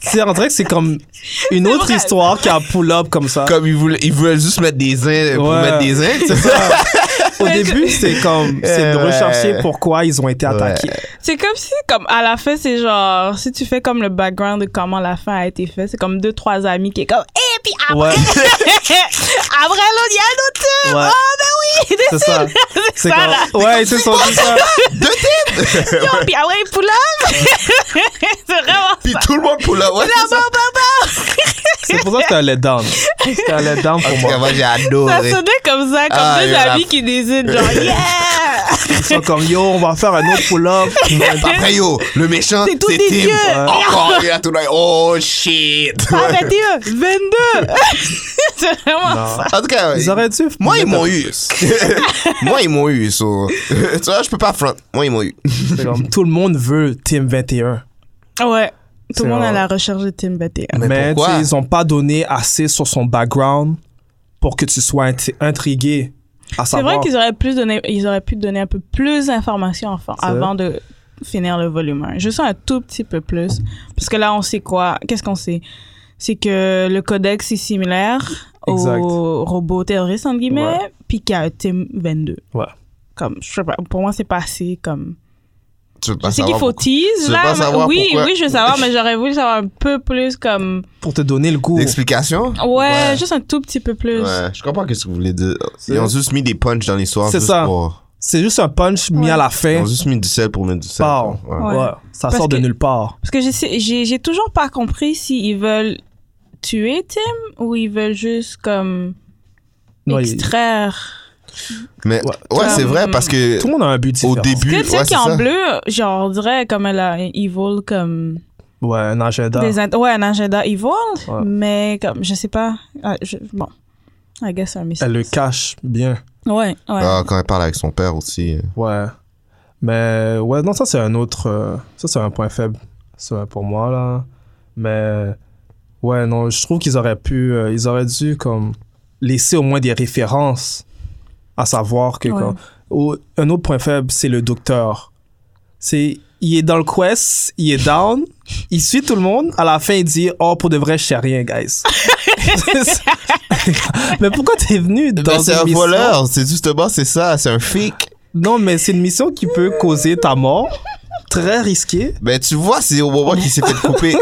D: c'est on dirait que c'est comme une autre
C: vrai.
D: histoire qui a pull-up comme ça.
B: Ah. Comme ils voulaient, ils voulaient juste mettre des uns pour
D: Ouais.
B: mettre des uns.
D: C'est ça. [LAUGHS] Au début, c'est comme. C'est de
B: Ouais.
D: rechercher pourquoi ils ont été
B: Ouais.
D: attaqués.
C: C'est comme si, comme à la fin, c'est genre, si tu fais comme le background de comment la fin a été faite, c'est comme deux, trois amis qui est comme, et puis après,
D: Ouais,
C: [LAUGHS] après l'autre, il y a un autre truc.
D: ouais.
C: Oh, ben oui,
D: C'est ça.
C: c'est
D: C'est
C: ça,
D: comme-
C: là.
D: Ouais, ils se sont dit ça.
C: Yo, puis après, il pull up. [LAUGHS] c'est vraiment.
B: Puis tout le monde pull up. Ouais, c'est ça.
D: C'est pour ça que c'était un letdown. C'était un letdown pour
B: En tout
D: moi.
B: cas, moi, j'ai
C: Ça
B: adoré.
C: sonnait comme ça, comme
B: Ah,
C: deux
B: il y en a-
C: amis qui décident, genre, yeah!
D: Ils sont comme yo, on va faire un autre pull-up.
B: Après, yo, le méchant,
C: C'est tous
B: c'est
C: des
B: Tim.
C: dieux.
B: Encore, il a tout là. Oh, shit.
C: Arrêtez, 22! [LAUGHS] c'est vraiment ça.
B: En tout cas,
D: Ils auraient dû.
B: Moi, ils
D: mettre
B: m'ont eu. [LAUGHS] Moi, ils m'ont eu.
D: [LAUGHS]
B: so. tu vois, je peux pas front. Moi, ils m'ont eu.
D: un- c'est comme, tout le monde veut Team 21.
C: Ouais.
D: C'est
C: Tout le monde à
D: rare.
C: la recherche de Tim Batea.
B: Mais
D: Mais, tu
B: pourquoi?
D: sais, ils ont pas donné assez sur son background pour que tu sois inti- intrigué à
C: C'est vrai
D: savoir.
C: qu'ils auraient, plus donné- ils auraient pu donner un peu plus d'informations enfin-
D: C'est vrai.
C: avant de finir le volume 1. Juste un tout petit peu plus. Parce que là, on sait quoi? Qu'est-ce qu'on sait? C'est que le codex est similaire
D: Exact.
C: au robot terroriste, entre guillemets, puis qu'il y a un Team 22.
D: Ouais.
C: Comme, je sais pas, pour moi, c'est pas assez comme...
B: Tu veux pas
C: C'est
B: savoir
C: qu'il faut
B: pourquoi.
C: tease,
B: Je veux pas
C: là. mais-
B: savoir
C: oui,
B: pourquoi.
C: oui, je
B: [LAUGHS]
C: veux savoir, mais j'aurais voulu savoir un peu plus comme...
D: Pour te donner le goût.
B: L'explication?
C: Ouais, juste un tout petit peu plus.
B: Ouais, je comprends ce que vous voulez dire. Ils ont juste mis des punchs dans l'histoire.
D: C'est
B: juste
D: ça.
B: pour-
D: C'est juste un punch mis
C: Ouais.
D: à la
B: Ils
D: fin.
B: ont juste mis du sel pour mettre du sel.
D: Pow.
B: quoi. Ouais.
C: Ouais.
D: Ouais. Ça
C: Parce
D: sort de
C: que-
D: nulle part.
C: Parce que je sais- j'ai j'ai toujours pas compris s'ils veulent tuer Tim ou ils veulent juste comme
D: Ouais, il-
C: extraire.
B: Mais
D: Ouais.
B: ouais, c'est
C: Comme-
B: vrai parce que
D: Tout le monde a un but différent.
B: au début,
C: Que
B: ouais,
C: tu sais
B: c'est
C: qui est en
B: ça.
C: bleu, genre on dirait comme elle a un evil comme
D: Ouais, un agenda.
C: des int- ouais un agenda evil,
D: Ah. Ouais.
C: mais comme je sais pas, Ah, je- bon, I guess c'est un mystère.
D: Elle le cache bien.
C: Ouais, ouais.
B: Ah, quand elle parle avec son père aussi. euh,
D: Ouais. Mais ouais, non, ça c'est un autre. euh, ça c'est un point faible ça, pour moi là. Mais ouais, non, je trouve qu'ils auraient pu. euh, ils auraient dû comme laisser au moins des références à savoir que.
C: Ouais.
D: comme- Ou- un autre point faible, c'est le docteur. C'est. Il est dans le quest, il est down, il suit tout le monde. À la fin, il dit Oh, pour de vrai, je sais rien, guys. [LAUGHS] mais pourquoi t'es venu dans
B: Ben, c'est
D: une
B: un
D: mission-
B: voleur, c'est justement, c'est ça, c'est un fake.
D: non, mais c'est une mission qui peut causer ta mort. Très risquée.
B: Ben tu vois, c'est au moment qu'il s'est fait
C: [LAUGHS]
B: couper.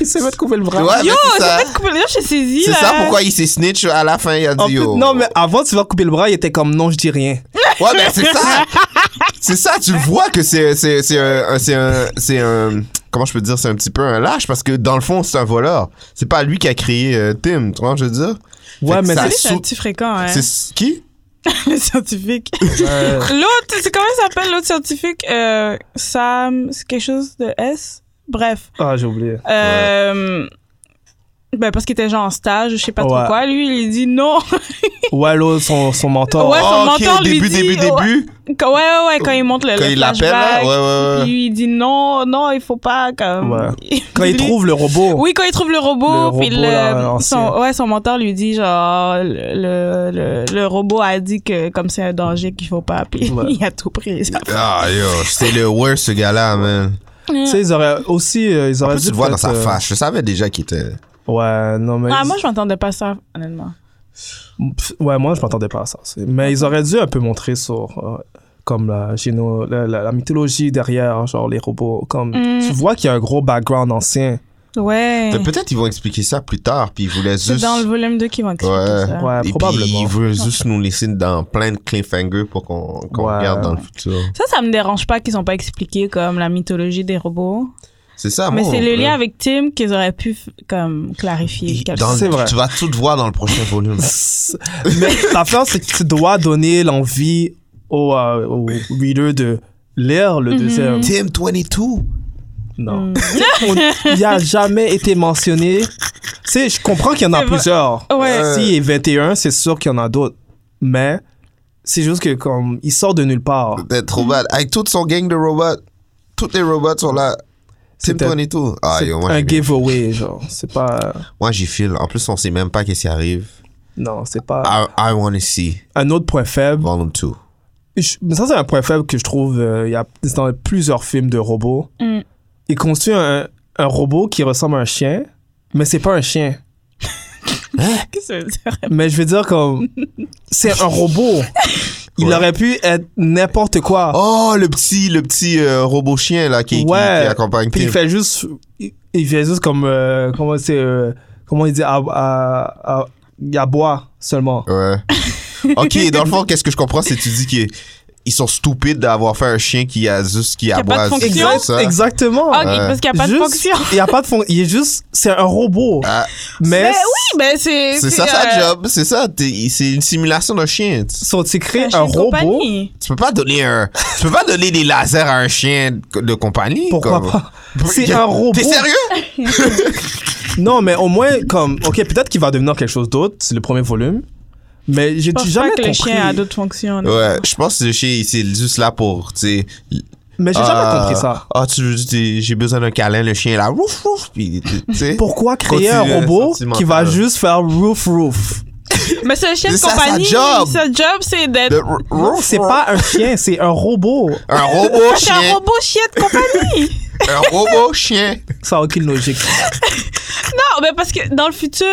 D: Il s'est fait couper le bras.
B: Ouais,
C: Yo,
B: mais c'est ça.
C: c'est fait couper le je saisis
B: C'est
C: là.
B: ça pourquoi il s'est snitch à la fin, il a
D: En
B: dit
D: plus,
B: yo.
D: non, mais avant, tu vas couper le bras, il était comme non, je dis rien.
B: Ouais, ben c'est
C: [LAUGHS]
B: ça. C'est ça, tu vois que c'est c'est c'est un un- c'est un c'est un comment je peux dire, c'est un petit peu un lâche parce que dans le fond, c'est un voleur. C'est pas lui qui a créé euh, Tim, tu vois, je veux dire.
D: Ouais,
B: que
D: mais
B: ça-
C: Lui, c'est un
B: sous-
C: petit fréquent, hein,
B: C'est s- qui
C: [LAUGHS] le scientifique.
D: [LAUGHS] Ouais.
C: L'autre, c'est comment il s'appelle l'autre scientifique Euh, Sam, c'est quelque chose de S Bref.
D: Ah, j'ai oublié.
C: Euh, Ben, parce qu'il était genre en stage, je sais pas trop
D: Ouais.
C: quoi. Lui, il dit non. [LAUGHS]
D: Ouais, l'autre, son, son mentor.
C: Ouais, son
B: Oh, OK,
C: mentor
B: au
C: lui
B: début
C: dit,
B: début
C: ouais,
B: début
C: Quand- ouais, ouais, ouais, quand il montre le.
B: quand
C: le
B: il l'appelle là,
C: flashback,
B: ouais ouais ouais.
C: Puis il dit non, non, il faut pas. Comme... [LAUGHS]
D: Ouais. Quand il trouve le robot.
C: Oui, quand il trouve le robot,
D: Le
C: puis
D: robot,
C: le-
D: là, ancien.
C: son, ouais, son mentor lui dit genre le, le, le, le robot a dit que comme c'est un danger qu'il faut pas, puis
D: Ouais.
C: [LAUGHS] il a tout pris. Ça.
B: Ah yo, c'est le worst ce gars-là, man.
D: Tu sais, ils auraient aussi. euh, ils
B: En
D: auraient
B: plus,
D: dû
B: tu le vois dans
D: peut-être,
B: sa
D: euh,
B: face. Je savais déjà qu'il était
D: Ouais, non, mais.
C: Ah, moi je m'entendais pas à ça honnêtement.
D: Pff, Ouais, moi, je m'attendais pas à ça. c'est- Mais ils auraient dû un peu montrer sur. euh, comme la, géno- la, la- la mythologie derrière, genre les robots. Comme,
C: Mm.
D: Tu vois qu'il y a un gros background ancien.
C: Ouais.
B: Mais Peut-être ils vont expliquer ça plus tard, puis ils voulaient
C: C'est
B: juste.
C: dans le volume 2 qu'ils vont expliquer
B: Ouais.
C: ça.
D: Ouais,
B: Et puis
D: probablement.
B: ils veulent juste nous laisser dans plein de cliffhangers pour qu'on qu'on
D: Ouais.
B: regarde dans le futur.
C: Ça, ça me dérange pas qu'ils ont pas expliqué comme la mythologie des robots.
B: C'est ça,
C: mais
B: moi,
C: c'est
B: on
C: le
B: peut-
C: lien avec Tim qu'ils auraient pu f- comme clarifier.
B: Et
C: quelque
B: dans le-
C: chose. [LAUGHS]
D: C'est vrai.
B: Tu vas tout voir dans le prochain volume. [LAUGHS]
D: Mais l'affaire, c'est que tu dois donner l'envie au, euh, au reader de lire
C: Mhm.
D: le deuxième.
B: Tim 22.
D: Non. On- Il n'a jamais été mentionné. Tu sais, je comprends qu'il y en a
C: C'est vrai.
D: plusieurs. Euh,
C: Ouais.
D: S'il est 21, c'est sûr qu'il y en a d'autres. Mais c'est juste que comme il sort de nulle part.
B: T'es trop bad. Avec toute son gang de robots, tous les robots sont là. Tim
D: C'était-
B: 22. Ah,
D: C'est
B: yo, moi,
D: un
B: j'ai-
D: giveaway, genre. C'est pas...
B: moi, j'y file. En plus, on sait même pas qu'est-ce qui arrive.
D: Non, c'est pas...
B: I, I wanna see
D: Un autre point faible.
B: volume 2.
D: Je- mais ça, c'est un point faible que je trouve. euh, Il y a c'est dans plusieurs films de robots.
C: Mm.
D: Ils construisent un, un robot qui ressemble à un chien, mais c'est pas un chien.
C: Qu'est-ce que ça veut dire?
D: Mais je veux dire,
C: [LAUGHS]
D: comme. c'est un robot. Il
B: Ouais.
D: aurait pu être n'importe quoi.
B: Oh, le petit, le petit euh, robot chien là qui, qui-
D: Ouais.
B: qui accompagne
D: Puis
B: Tim.
D: il fait juste. Il, il fait juste comme. euh, comment c'est. euh, comment il dit à, à, à- Il aboie seulement. [LAUGHS]
B: Ouais. ok, dans le fond, qu'est-ce que je comprends, c'est que tu dis qu'ils ils sont stupides d'avoir fait un chien qui a juste qui
C: a pas
B: aboie.
C: de fonction.
B: c'est
C: Exact-
B: ça.
D: Exactement.
C: Ah, ok, parce qu'il n'y a pas de
D: Juste-
C: fonction.
D: Il n'y a pas de fonction. Il est juste. C'est un robot.
B: Ah,
D: Mais.
C: [LAUGHS] Mais oui, ben c'est.
B: C'est ça sa
C: euh,
B: job, c'est ça. t'es- C'est une simulation d'un chien. Tu,
D: So, tu crées
C: la
D: un
C: chaîne
D: robot.
C: compagnie.
B: tu peux pas donner un, tu peux pas donner des lasers à un chien de de compagnie.
D: Pourquoi
B: comme- euh,
D: pas?
B: [LAUGHS]
D: C'est un robot.
B: T'es sérieux?
D: Non, mais au moins, comme, ok, peut-être qu'il va devenir quelque chose d'autre, c'est le premier volume. Mais j'ai
C: Je pense
D: jamais
C: pas que le
D: compris.
C: chien a d'autres fonctions. non.
B: Ouais, je pense que le chien, c'est juste là pour, tu sais.
D: Mais j'ai
B: ah,
D: jamais compris ça.
B: Ah, tu veux, t'es- j'ai besoin d'un câlin, le chien est là, ouf, ouf, puis, tu sais.
D: Pourquoi créer un
B: Continue,
D: robot qui va
B: sentimental.
D: juste faire roof roof?
C: Mais c'est le chien
B: Mais
C: de
B: ça, sa
C: compagnie.
B: job.
C: Sa job, c'est
B: Le
C: [LAUGHS] d'être.
B: r- roof,
D: C'est
B: roof.
D: pas un chien, c'est un robot.
B: un robot
C: [LAUGHS] C'est un
B: chien.
C: robot chien
B: [LAUGHS]
C: de compagnie.
B: un robot chien.
D: Ça n'a aucune
B: [LAUGHS]
D: logique.
C: non, mais parce que dans le futur,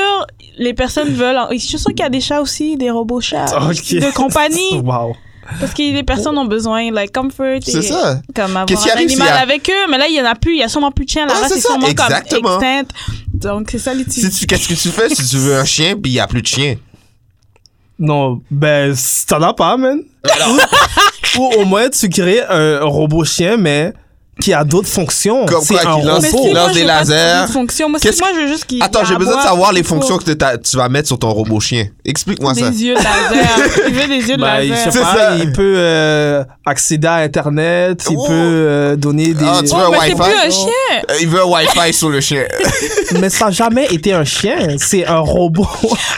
C: les personnes veulent. Je suis sûre qu'il y a des chats aussi, des robots chats
D: Ok. [LAUGHS]
C: de compagnie.
D: Wow.
C: Parce que les personnes ont besoin, like comfort.
B: C'est
C: et
B: ça.
C: Comme avoir
B: Qu'est-ce qui
C: un
B: arrive
C: animal
B: s'il y a-
C: avec eux, mais là, il y en a plus. Il y a sûrement plus de chiens. La
B: Ah,
C: race
B: c'est
C: est
B: ça,
C: sûrement
B: exactement.
C: comme extincte. Donc, c'est ça
B: Si
C: l'utilité.
B: tu, qu'est-ce que tu fais si tu veux un chien puis il y a plus de chien?
D: Non, ben, c- t'en as pas, man. Ou [LAUGHS] ou au moins, tu crées un robot chien, mais qui a d'autres fonctions.
B: Comme
D: C'est
B: quoi,
D: un
B: qui lance-
C: Mais
B: Info. Lance
C: si, moi,
B: des
C: j'ai pas
B: lasers.
C: de fonction. Moi, si-
B: Qu'est-ce
C: moi, je veux juste qu'il.
B: Attends,
C: il y a
B: j'ai
C: à
B: besoin de
C: boire,
B: savoir les
C: il faut
B: fonctions que t'as- tu vas mettre sur ton robot chien. Explique-moi ça.
C: Des yeux
B: [LAUGHS]
C: laser. Il veut des yeux de
D: Ben, il,
C: laser.
D: je sais
B: C'est
D: pas,
B: ça.
D: il peut euh, accéder à Internet, il
B: Oh.
D: peut euh, donner des...
B: Ah, tu
C: Oh,
B: veux un
C: mais c'est
B: Wi-Fi?
C: plus un chien.
B: Euh, Il veut un Wi-Fi sur le chien.
D: Mais ça n'a jamais été un chien, c'est un
C: [LAUGHS]
D: robot.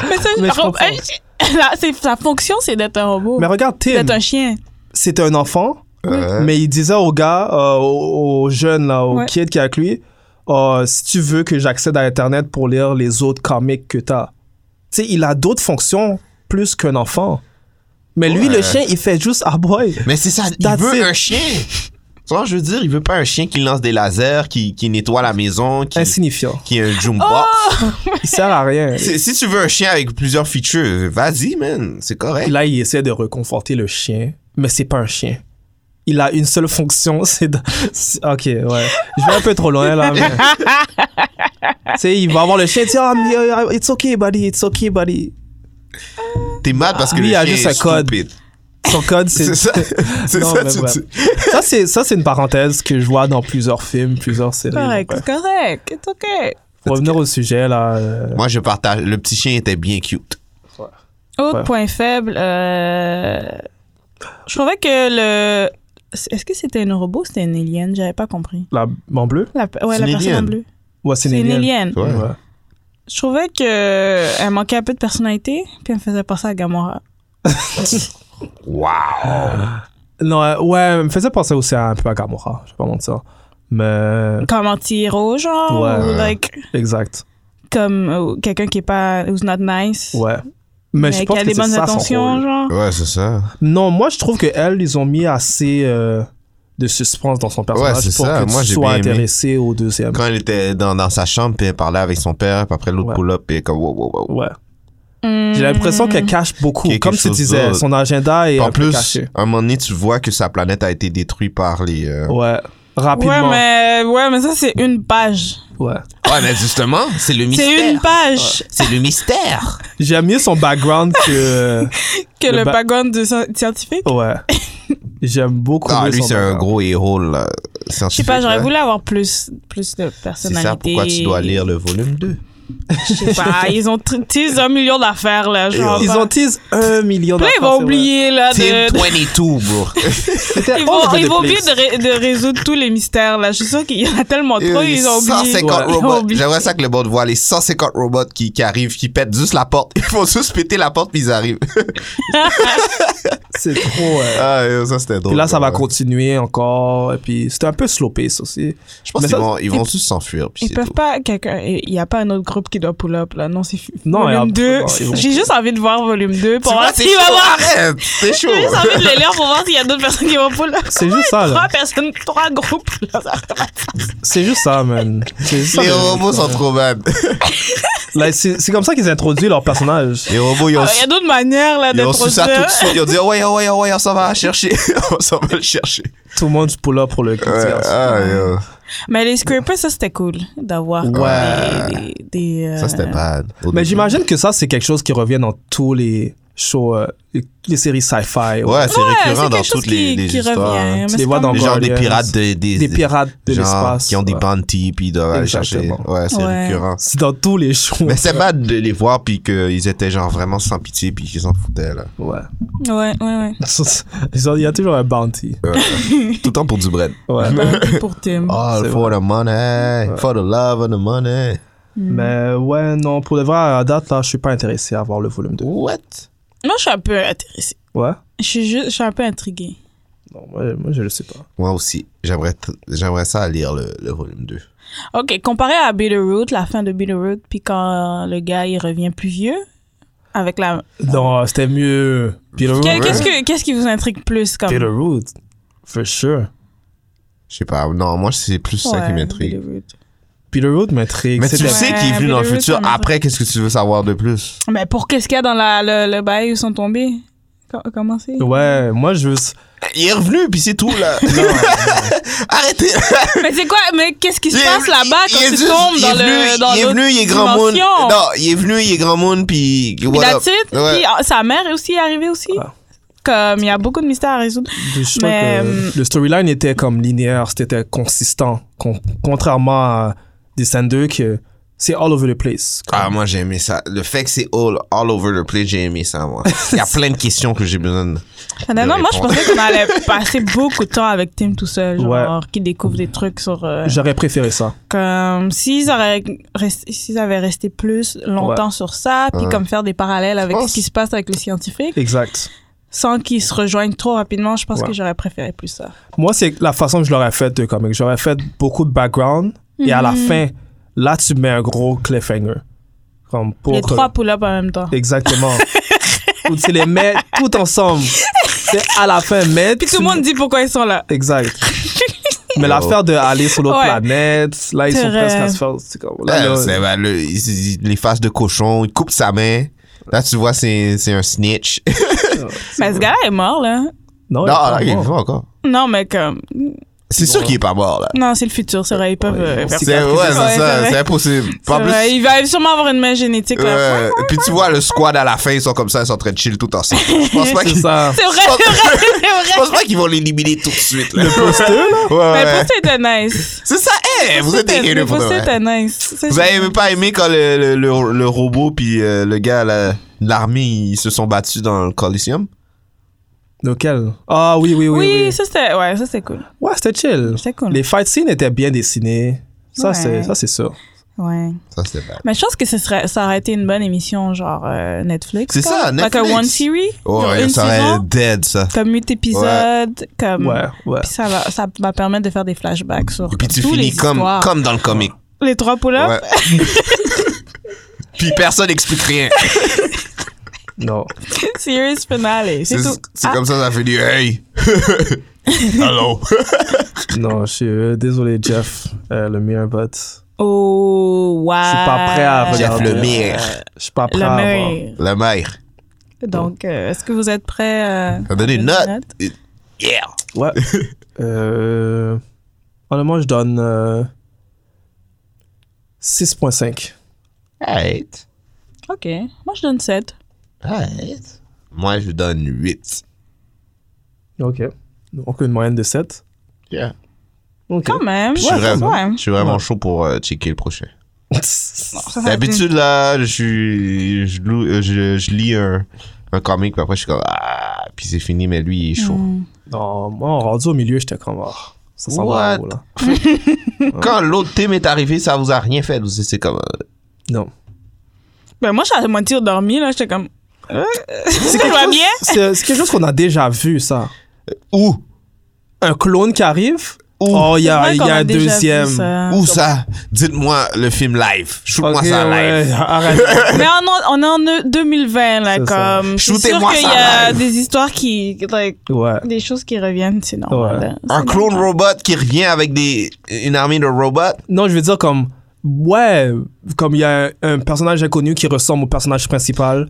C: Mais ça,
D: Mais je
C: un ro-
D: comprends.
C: un chien- [LAUGHS] Là, c'est- sa fonction, c'est d'être un robot.
D: mais regarde, Tim,
C: D'être un chien.
D: c'était un enfant,
B: Euh,
D: mais il disait au gars, euh, au, au jeune, là, au
C: Ouais.
D: kid qui est avec lui, Euh, si tu veux que j'accède à Internet pour lire les autres comics que t'as. Tu sais, il a d'autres fonctions plus qu'un enfant. Mais lui,
B: Ouais.
D: le chien, il fait juste « Ah boy
B: mais c'est ça, il
D: That's
B: veut
D: it.
B: un chien. Tu vois, je veux dire, il veut pas un chien qui lance des lasers, qui, qui nettoie la maison, » qui,
D: Insignifiant.
B: qui est un jukebox.
D: Il sert à rien.
B: C'est- Si tu veux un chien avec plusieurs features, vas-y, man, c'est correct.
D: Là, il essaie de réconforter le chien, mais c'est pas un chien. Il a une seule fonction, [LAUGHS] c'est de... c'est- Ok, ouais. Je vais un peu trop loin, là,
B: [LAUGHS]
D: mais... tu sais, il va avoir le chien, tu sais, Ah, mais, euh, it's okay, buddy, it's okay, buddy.
B: T'es mal parce que le
D: Lui, il
B: chien
D: a juste
B: est
D: un code.
B: stupide. [LAUGHS]
D: Son code, c'est...
B: C'est ça. C'est
D: Non,
B: ça,
D: mais
B: tu-
D: bref.
B: tu-
D: Ça, c'est, ça, c'est une parenthèse que je vois dans plusieurs films, plusieurs séries.
C: Correct,
D: Ouais.
C: correct. It's okay.
D: Pour revenir au sujet, là... euh,
B: Moi, je partage. Le petit chien était bien cute.
C: Autre
D: Ouais.
C: point faible, euh, je trouvais que le. Est-ce que c'était un robot ou c'était une alien J'avais pas compris.
D: La... En bleu?
C: La... Ouais,
B: C'est
C: la
B: une
C: personne en
B: alien.
C: bleu.
D: Ouais, c'est
C: C'est une
D: alien.
C: alien.
B: Ouais.
D: Ouais.
C: Je trouvais que euh, elle manquait un peu de personnalité, puis elle me faisait penser à Gamora.
B: Wow.
D: Non, euh, ouais, elle me faisait penser aussi à- un peu à Gamora, je vais pas mentir. Mais...
C: Comme anti-héros, genre.
D: Ouais.
C: ou like,
D: Exact.
C: comme euh, quelqu'un qui est pas. who's not nice.
D: Ouais. Mais, je
C: mais
D: pense
C: qui a
D: que
C: des
D: c'est
C: bonnes
D: ça son
C: intentions,
D: rôle.
C: genre.
B: Ouais, c'est ça.
D: Non, moi je trouve que elle, ils ont mis assez euh, de suspense dans son personnage
B: c'est
D: pour
B: ça.
D: que
B: Moi,
D: tu
B: j'ai
D: sois
B: bien aimé.
D: intéressé au deuxième.
B: Quand elle était dans, dans sa chambre, puis elle parlait avec son père, puis après l'autre
D: Ouais.
B: pull-up, puis elle est comme wow, wow, wow.
D: Ouais.
C: Hmm.
D: J'ai l'impression
C: Mm.
D: qu'elle cache beaucoup.
B: Quelque
D: Comme tu
B: chose
D: disais,
B: d'autre.
D: son agenda est
B: En
D: un peu
B: plus,
D: caché.
B: à un moment donné, tu vois que sa planète a été détruite par les. euh,
D: Ouais. Rapidement.
C: Ouais, mais, ouais, mais ça, c'est une page.
D: Ouais.
B: Ouais, mais justement, c'est le
C: C'est une
B: mystère.
C: page
B: C'est le
C: [LAUGHS]
B: mystère.
D: J'aime mieux son background que. [LAUGHS]
C: que
D: Le
C: le,
D: ba-
C: background de sci- scientifique.
D: Ouais. J'aime beaucoup.
B: Ah,
D: mieux
B: lui,
D: son
B: c'est un
D: background.
B: gros héros, là.
C: Je sais pas, j'aurais voulu avoir plus, plus de
B: C'est
C: personnalité.
B: ça pourquoi tu dois lire le volume 2.
C: Je sais pas, ils ont tr- tease un million d'affaires là. Genre,
D: Ils
C: bah.
D: ont tease un million
C: Puis là,
D: d'affaires.
C: ils vont
D: c'est vrai.
C: oublier là
B: Team
C: Ah, de. de-
B: 22,
C: [LAUGHS]
B: bro.
D: C'était
C: Ils
D: all
C: vont,
D: over
C: ils
D: the
C: vont oublier
D: place.
C: de, ré- de résoudre tous les mystères là. Je suis sûre qu'il y en a tellement trop,
B: Et
C: ils ont oublié.
B: 150
C: Ils ont
B: Euh, robots.
C: oublié.
B: J'aimerais ça que le monde voit les 150 robots qui, qui arrivent, qui pètent juste la porte. [LAUGHS] Ils font juste péter la porte puis ils arrivent. [LAUGHS]
D: C'est trop. euh,
B: Ah, yo, ça c'était drôle.
D: Puis là, ça va
B: Ouais.
D: continuer encore. Et puis, c'était un peu slow pace aussi.
B: Je pense
D: Mais
B: qu'ils
D: ça-
B: vont, ils vont
C: ils-
B: juste s'enfuir. puis
C: Ils
B: c'est
C: peuvent
B: tout.
C: pas, quelqu'un, il y a pas un autre groupe qui doit pull up là. Non, c'est
D: Non,
C: non, volume
D: et après,
C: 2.
D: bon, ils vont-
C: J'ai juste envie de voir volume 2
B: Tu
C: pour
B: vois,
C: voir
B: c'est
C: s'il va
B: chaud.
C: voir.
B: Arrête, c'est chaud.
C: J'ai juste envie de le lire pour voir s'il y a d'autres personnes qui vont pull up.
D: C'est juste ça,
C: Trois
D: là.
C: personnes, trois groupes là.
D: C'est juste ça, man. C'est juste ça,
B: Les
D: man.
B: robots sont trop bad.
D: Là, c'est c'est comme ça qu'ils introduisent leur personnage.
B: Les robots, ils ont,
C: Alors, Ah, Il y a d'autres manières là
B: ils ont
C: d'être
B: su ça
C: au jeu.
B: tout de suite. Ils ont dit, oh ouais, oh ouais, oh ouais, on s'en va chercher. [LAUGHS] on s'en va le chercher.
D: Tout le monde pull up pour le
B: Ouais,
D: critiquer.
B: ah, yo.
C: Mais les scrapers, ça c'était cool d'avoir
B: Ouais.
C: des, des, des, euh,
B: Ça, c'était bad. Au
D: Mais
B: début.
D: j'imagine que ça, c'est quelque chose qui revient dans tous les show, euh, les, les séries sci-fi.
B: Ouais, c'est
C: Ouais,
B: récurrent
C: c'est
B: dans
C: quelque chose
B: toutes les,
C: qui-
B: les
C: qui
B: histoires.
C: revient,
B: hein.
C: mais
D: Tu les
C: c'est
D: vois
C: comme-
D: dans
B: Les genre des
D: Guardians,
B: pirates de- des,
D: Des pirates de
B: genre,
D: l'espace.
B: Qui ont des
D: ouais.
B: bounties puis ils doivent aller chercher.
D: Exactement.
B: Ouais, c'est
C: Ouais.
B: récurrent.
D: C'est dans tous les shows.
B: Mais c'est bad de les voir puis qu'ils étaient genre vraiment sans pitié puis qu'ils s'en foutaient là.
D: [LAUGHS] Ouais. [LAUGHS]
C: Ouais, ouais, ouais.
D: Ils ont- Il y a toujours un bounty.
B: Euh, tout le temps pour du bread.
D: Ouais.
C: Bounty pour Tim.
B: All
D: C'est
B: Ah, for the money, for the love of the money.
D: Mais ouais, non, pour le vrai, à date, là, je suis pas intéressé à voir le volume 2.
B: What?
C: Moi, je suis un peu intéressée.
D: Ouais.
C: Je suis juste, je suis un peu intriguée.
D: Non, moi, moi, je le sais pas.
B: Moi aussi. J'aimerais t- j'aimerais ça lire le, le volume 2.
C: Ok, comparé à Root, la fin de Root, puis quand le gars il revient plus vieux, avec la.
D: Non, c'était mieux. Peter
C: Que- Qu'est-ce que- qu'est-ce qui vous intrigue plus comme.
D: Root. For sure.
B: Je sais pas. Non, moi, c'est plus ça qui
C: Ouais,
B: m'intrigue.
C: Billerud.
D: Peter Root m'intrigue.
B: Mais tu
D: C'était-
B: sais
C: Ouais,
B: qu'il est venu dans le
C: Billerud, ça
B: futur.
C: m'intrigue.
B: Après, qu'est-ce que tu veux savoir de plus?
C: Mais pour qu'est-ce qu'il y a dans la, le, le bail où ils sont tombés Co- Comment c'est
D: Ouais, moi, je veux.
B: Il est revenu, puis c'est tout,
C: [LAUGHS]
B: là. Arrêtez!
C: Mais c'est quoi Mais qu'est-ce qui se
B: Il est-
C: passe là-bas
B: il-
C: quand
B: il est
C: tu
B: juste-
C: tombes
B: il
C: dans
B: est venu-
C: le. Dans
B: Il est
C: l'autre
B: venu, il est grand monde.
C: dimension?
B: Non, il est venu, il est grand monde, puis.
C: Puis
B: what
C: la
B: up?
C: titre,
B: Ouais.
C: puis ah, sa mère est aussi arrivée aussi.
D: Ah.
C: Comme il y a beaucoup de mystères à résoudre.
D: Je crois
C: Mais,
D: que
C: euh,
D: le storyline était comme linéaire, c'était consistant. con- contrairement à Descend 2, que c'est all over the place.
B: Ah, moi, j'ai aimé ça. Le fait que c'est all, all over the place, j'ai aimé ça,
C: [LAUGHS]
B: moi. Il y a plein de questions que j'ai besoin de.
C: Finalement, moi, je
B: répondre.
C: pensais qu'on allait passer beaucoup de temps avec Tim tout seul, genre,
D: Ouais.
C: qui découvre des trucs sur. euh,
D: J'aurais préféré ça.
C: comme s'ils auraient resté, s'ils avaient resté plus longtemps sur ça, puis
B: Ouais.
C: comme faire des parallèles avec
B: penses?
C: ce qui se passe avec les scientifiques,
D: Exact.
C: sans qu'ils se rejoignent trop rapidement, je pense
D: Ouais.
C: que j'aurais préféré plus ça.
D: Moi, c'est la façon que je l'aurais fait de comic. J'aurais fait beaucoup de background et à la
C: Mhm.
D: fin, là, tu mets un gros cliffhanger. Comme pour.
C: les trois pull-ups en même temps.
D: [LAUGHS] Exactement. Où tu les mets tout ensemble. C'est à la fin, mais.
C: Puis tout
D: tu-
C: le monde dit pourquoi ils sont là. [LAUGHS]
D: Exact. mais l'affaire d'aller sur l'autre
C: Ouais.
D: planète, là, ils
C: C'est
D: sont
C: vrai.
D: presque à se faire. c'est comme, là,
B: Là,
D: là,
B: c'est- ben, le- il- il- les faces de cochon, il coupe sa main. Là, tu vois, c'est c'est un snitch.
C: Mais ce gars-là est mort, là.
B: [LAUGHS]
D: Non,
B: non, ah, là, il
D: il
B: est
D: est pas mort.
B: vivant encore.
C: Non, mais comme.
B: C'est sûr qu'il est pas mort, là.
C: Non, c'est le futur, c'est vrai, ils peuvent. euh, faire
B: C'est
C: ça.
B: ouais, c'est
C: Ouais, c'est
B: ça,
C: vrai.
B: c'est impossible.
C: C'est
B: En plus,
C: vrai, Il va sûrement avoir une main génétique, là.
B: euh, puis tu vois le squad à la fin, ils sont comme ça, ils sont en train de chill tout ensemble. Je pense pas
D: C'est
B: qu'ils
C: [LAUGHS]
D: ça.
C: C'est vrai,
B: Je pense-
C: c'est vrai,
B: [LAUGHS] je
C: c'est
B: pense
C: vrai.
B: pas qu'ils vont l'éliminer tout de suite. Là.
D: là?
B: Ouais,
C: Mais
B: ouais.
C: pour c'était nice.
B: C'est ça, hey, vous êtes
C: C'était-
B: dégueuleux
C: le
B: pour de
C: poster
B: vrai.
C: était nice. C'est-
B: Vous avez même pas aimé quand le, le, le, le robot puis euh, le gars là, de l'armée ils se sont battus dans le Coliseum?
D: Lequel? Ah oui, oui, oui.
C: Oui,
D: oui.
C: ça c'était ouais, ça c'était cool.
D: Ouais, c'était chill.
C: C'était cool.
D: Les fight scenes étaient bien dessinées. Ça,
C: Ouais.
D: c'est ça, c'est sûr.
C: Ouais.
B: Ça, c'est bad.
C: Mais je pense que ce serait, ça aurait été une bonne émission, genre euh, Netflix.
B: C'est
C: quoi.
B: ça,
C: Like
B: Netflix.
C: a one series. genre
B: Ouais,
C: une
B: Oh, ça aurait
C: saison,
B: dead, ça.
C: comme 8 épisodes. Comme,
D: Ouais, ouais.
C: Puis ça va, ça va permettre de faire des flashbacks sur
B: Et puis tu
C: tous les
B: finis comme,
C: histoires.
B: comme dans le comic.
C: Les trois pull-ups.
B: Ouais. puis personne n'explique rien.
D: Non.
C: [LAUGHS] Series finale. [LAUGHS] C'est
B: C'est
C: tout.
B: c'est
C: Ah,
B: comme ça, ça fait du
C: [LAUGHS]
B: hey. Hello.
D: Non, je suis euh, désolé, Jeff, euh, le meilleur bot. Je
C: Oh, wow.
D: suis pas prêt à
B: [LAUGHS] Jeff
D: regarder.
C: euh,
B: Lemire.
D: Je suis pas prêt à
C: La
D: voir.
C: mère.
B: La mère.
C: Donc, euh, est-ce que vous êtes prêts euh,
B: Ça donne une
C: à
B: note.
C: donner une
B: Yeah.
D: Ouais. euh, honnêtement, je donne euh, 6.5.
B: Alright.
C: Ok. Moi, je donne 7.
B: Alright. Moi, je donne 8.
D: Ok. Donc, une moyenne de
C: [LAUGHS]
D: 7.
B: Yeah.
D: Ok.
C: Quand même.
B: Je
C: Ouais,
B: suis vraiment,
C: ouais.
B: je suis vraiment
D: Ouais.
B: chaud pour euh, checker le prochain.
C: hein. Ça, ça va être une-
B: D'habitude, là, je, suis- je, lou- euh, je, je lis un, un comic, puis après, je suis comme, ah, puis c'est fini, mais lui, il est
C: Hmm.
B: chaud.
D: non, moi, rendu au milieu, j'étais comme. oh, ça s'en va
B: What?
D: en haut, là.
B: Quand l'autre thème est arrivé, ça vous a rien fait. Vous étiez comme, euh,
D: Non.
C: Ben moi, j'ai à moitié dormi, là. J'étais comme... Euh, [LAUGHS] ça va bien?
D: C'est c'est quelque chose qu'on a déjà vu, ça.
B: où
D: Un clone qui arrive. Oh, il y a,
C: C'est vrai
D: il y
C: qu'on
D: a un
C: déjà vu
D: deuxième.
C: ça.
B: Où ça Dites-moi le film live. Shoot-moi
D: Ok,
B: ça
D: ouais,
B: live.
C: Ah,
D: arrête.
C: [LAUGHS] Mais on, on est en euh, 2020, là,
D: C'est ça.
C: comme... C'est sûr
B: Shootez-moi
C: qu'il y
B: ça
C: a
B: live.
C: des histoires qui... like,
D: Ouais.
C: des choses qui reviennent, c'est normal.
D: Ouais.
C: là. C'est
B: Un clone
C: normal.
B: robot qui revient avec des, une armée de robots.
D: Non, je veux dire comme ouais, comme il y a un, un personnage inconnu qui ressemble au personnage principal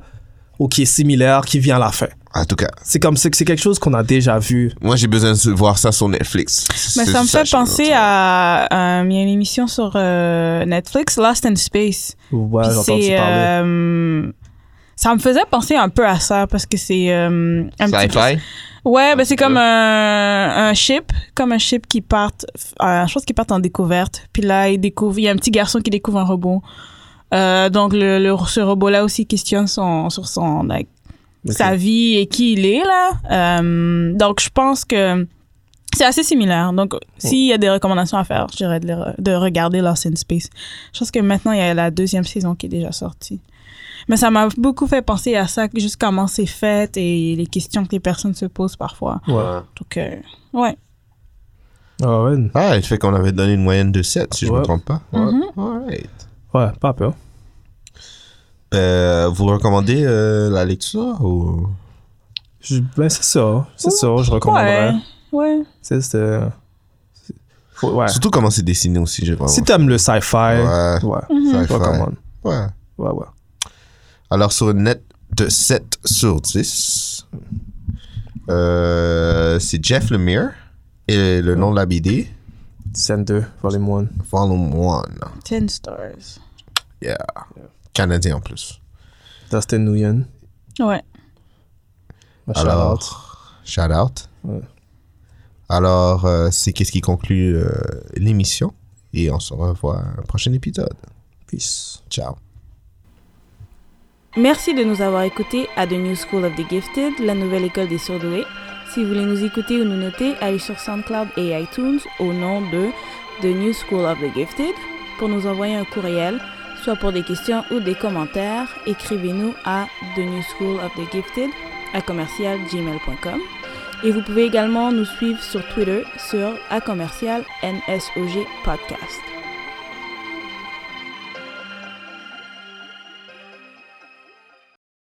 D: ou qui est similaire, qui vient à la fin.
B: En tout cas,
D: C'est comme c'est c'est quelque chose qu'on a déjà vu.
B: moi, j'ai besoin de voir ça sur Netflix.
C: Mais
B: C'est
C: ça me fait
B: je-
C: penser à... euh, Il y a une émission sur euh, Netflix, Lost in Space.
D: Ouais,
C: Puis
D: j'ai entendu
C: c'est...
D: parler.
C: euh, Ça me faisait penser un peu à ça parce que c'est euh, un petit peu-
E: Sci-fi?
C: Ouais, ben c'est comme un, un ship, comme un ship qui part, euh, je pense qu'ils partent en découverte. Puis là, il découvre, il y a un petit garçon qui découvre un robot. Euh, donc le, le- ce robot-là aussi questionne son, sur son, like, sa vie et qui il est là. Euh, donc je pense que c'est assez similaire. Donc s'il y a des recommandations à faire, je dirais de, les re- de regarder Lost in Space. Je pense que maintenant il y a la deuxième saison qui est déjà sortie. Mais ça m'a beaucoup fait penser à ça, juste comment c'est fait et les questions que les personnes se posent parfois.
D: Ouais.
C: Donc, euh, ouais.
D: Ah ouais.
B: Ah, il fait qu'on avait donné une moyenne de 7, si je
D: Ouais.
B: me trompe pas.
C: Mhm.
B: Alright.
D: Ouais, pas peur.
B: Euh, vous recommandez euh, la lecture ou.
D: Je- ben, c'est ça. C'est ça, je recommanderais.
C: Ouais. Ouais.
D: C'est, c'est, euh, c'est- faut- ouais.
B: Surtout comment c'est dessiné aussi, j'ai vraiment.
D: Si t'aimes le sci-fi, ouais.
B: Ah Ouais.
D: Je recommande.
B: Ouais.
D: Ouais, ouais.
B: Alors, sur une note de 7 sur 10, euh, c'est Jeff Lemire et le nom de la BD,
D: Scène 2, volume 1.
B: Volume 1,
C: Ten stars.
B: canadien en plus.
D: Dustin Nguyen.
C: Ouais.
D: Ma
B: Alors,
D: shout-out.
B: shout out.
D: Ouais.
B: Alors, euh, c'est qu'est-ce qui conclut euh, l'émission et on se revoit à un prochain épisode. Peace. Ciao.
F: Merci de nous avoir écoutés à The New School of the Gifted, la nouvelle école des surdoués. Si vous voulez nous écouter ou nous noter, allez sur SoundCloud et iTunes au nom de The New School of the Gifted pour nous envoyer un courriel, soit pour des questions ou des commentaires. Écrivez-nous à The New School of the Gifted à commercialgmail.com. Et vous pouvez également nous suivre sur Twitter sur à commercial NSOG Podcast.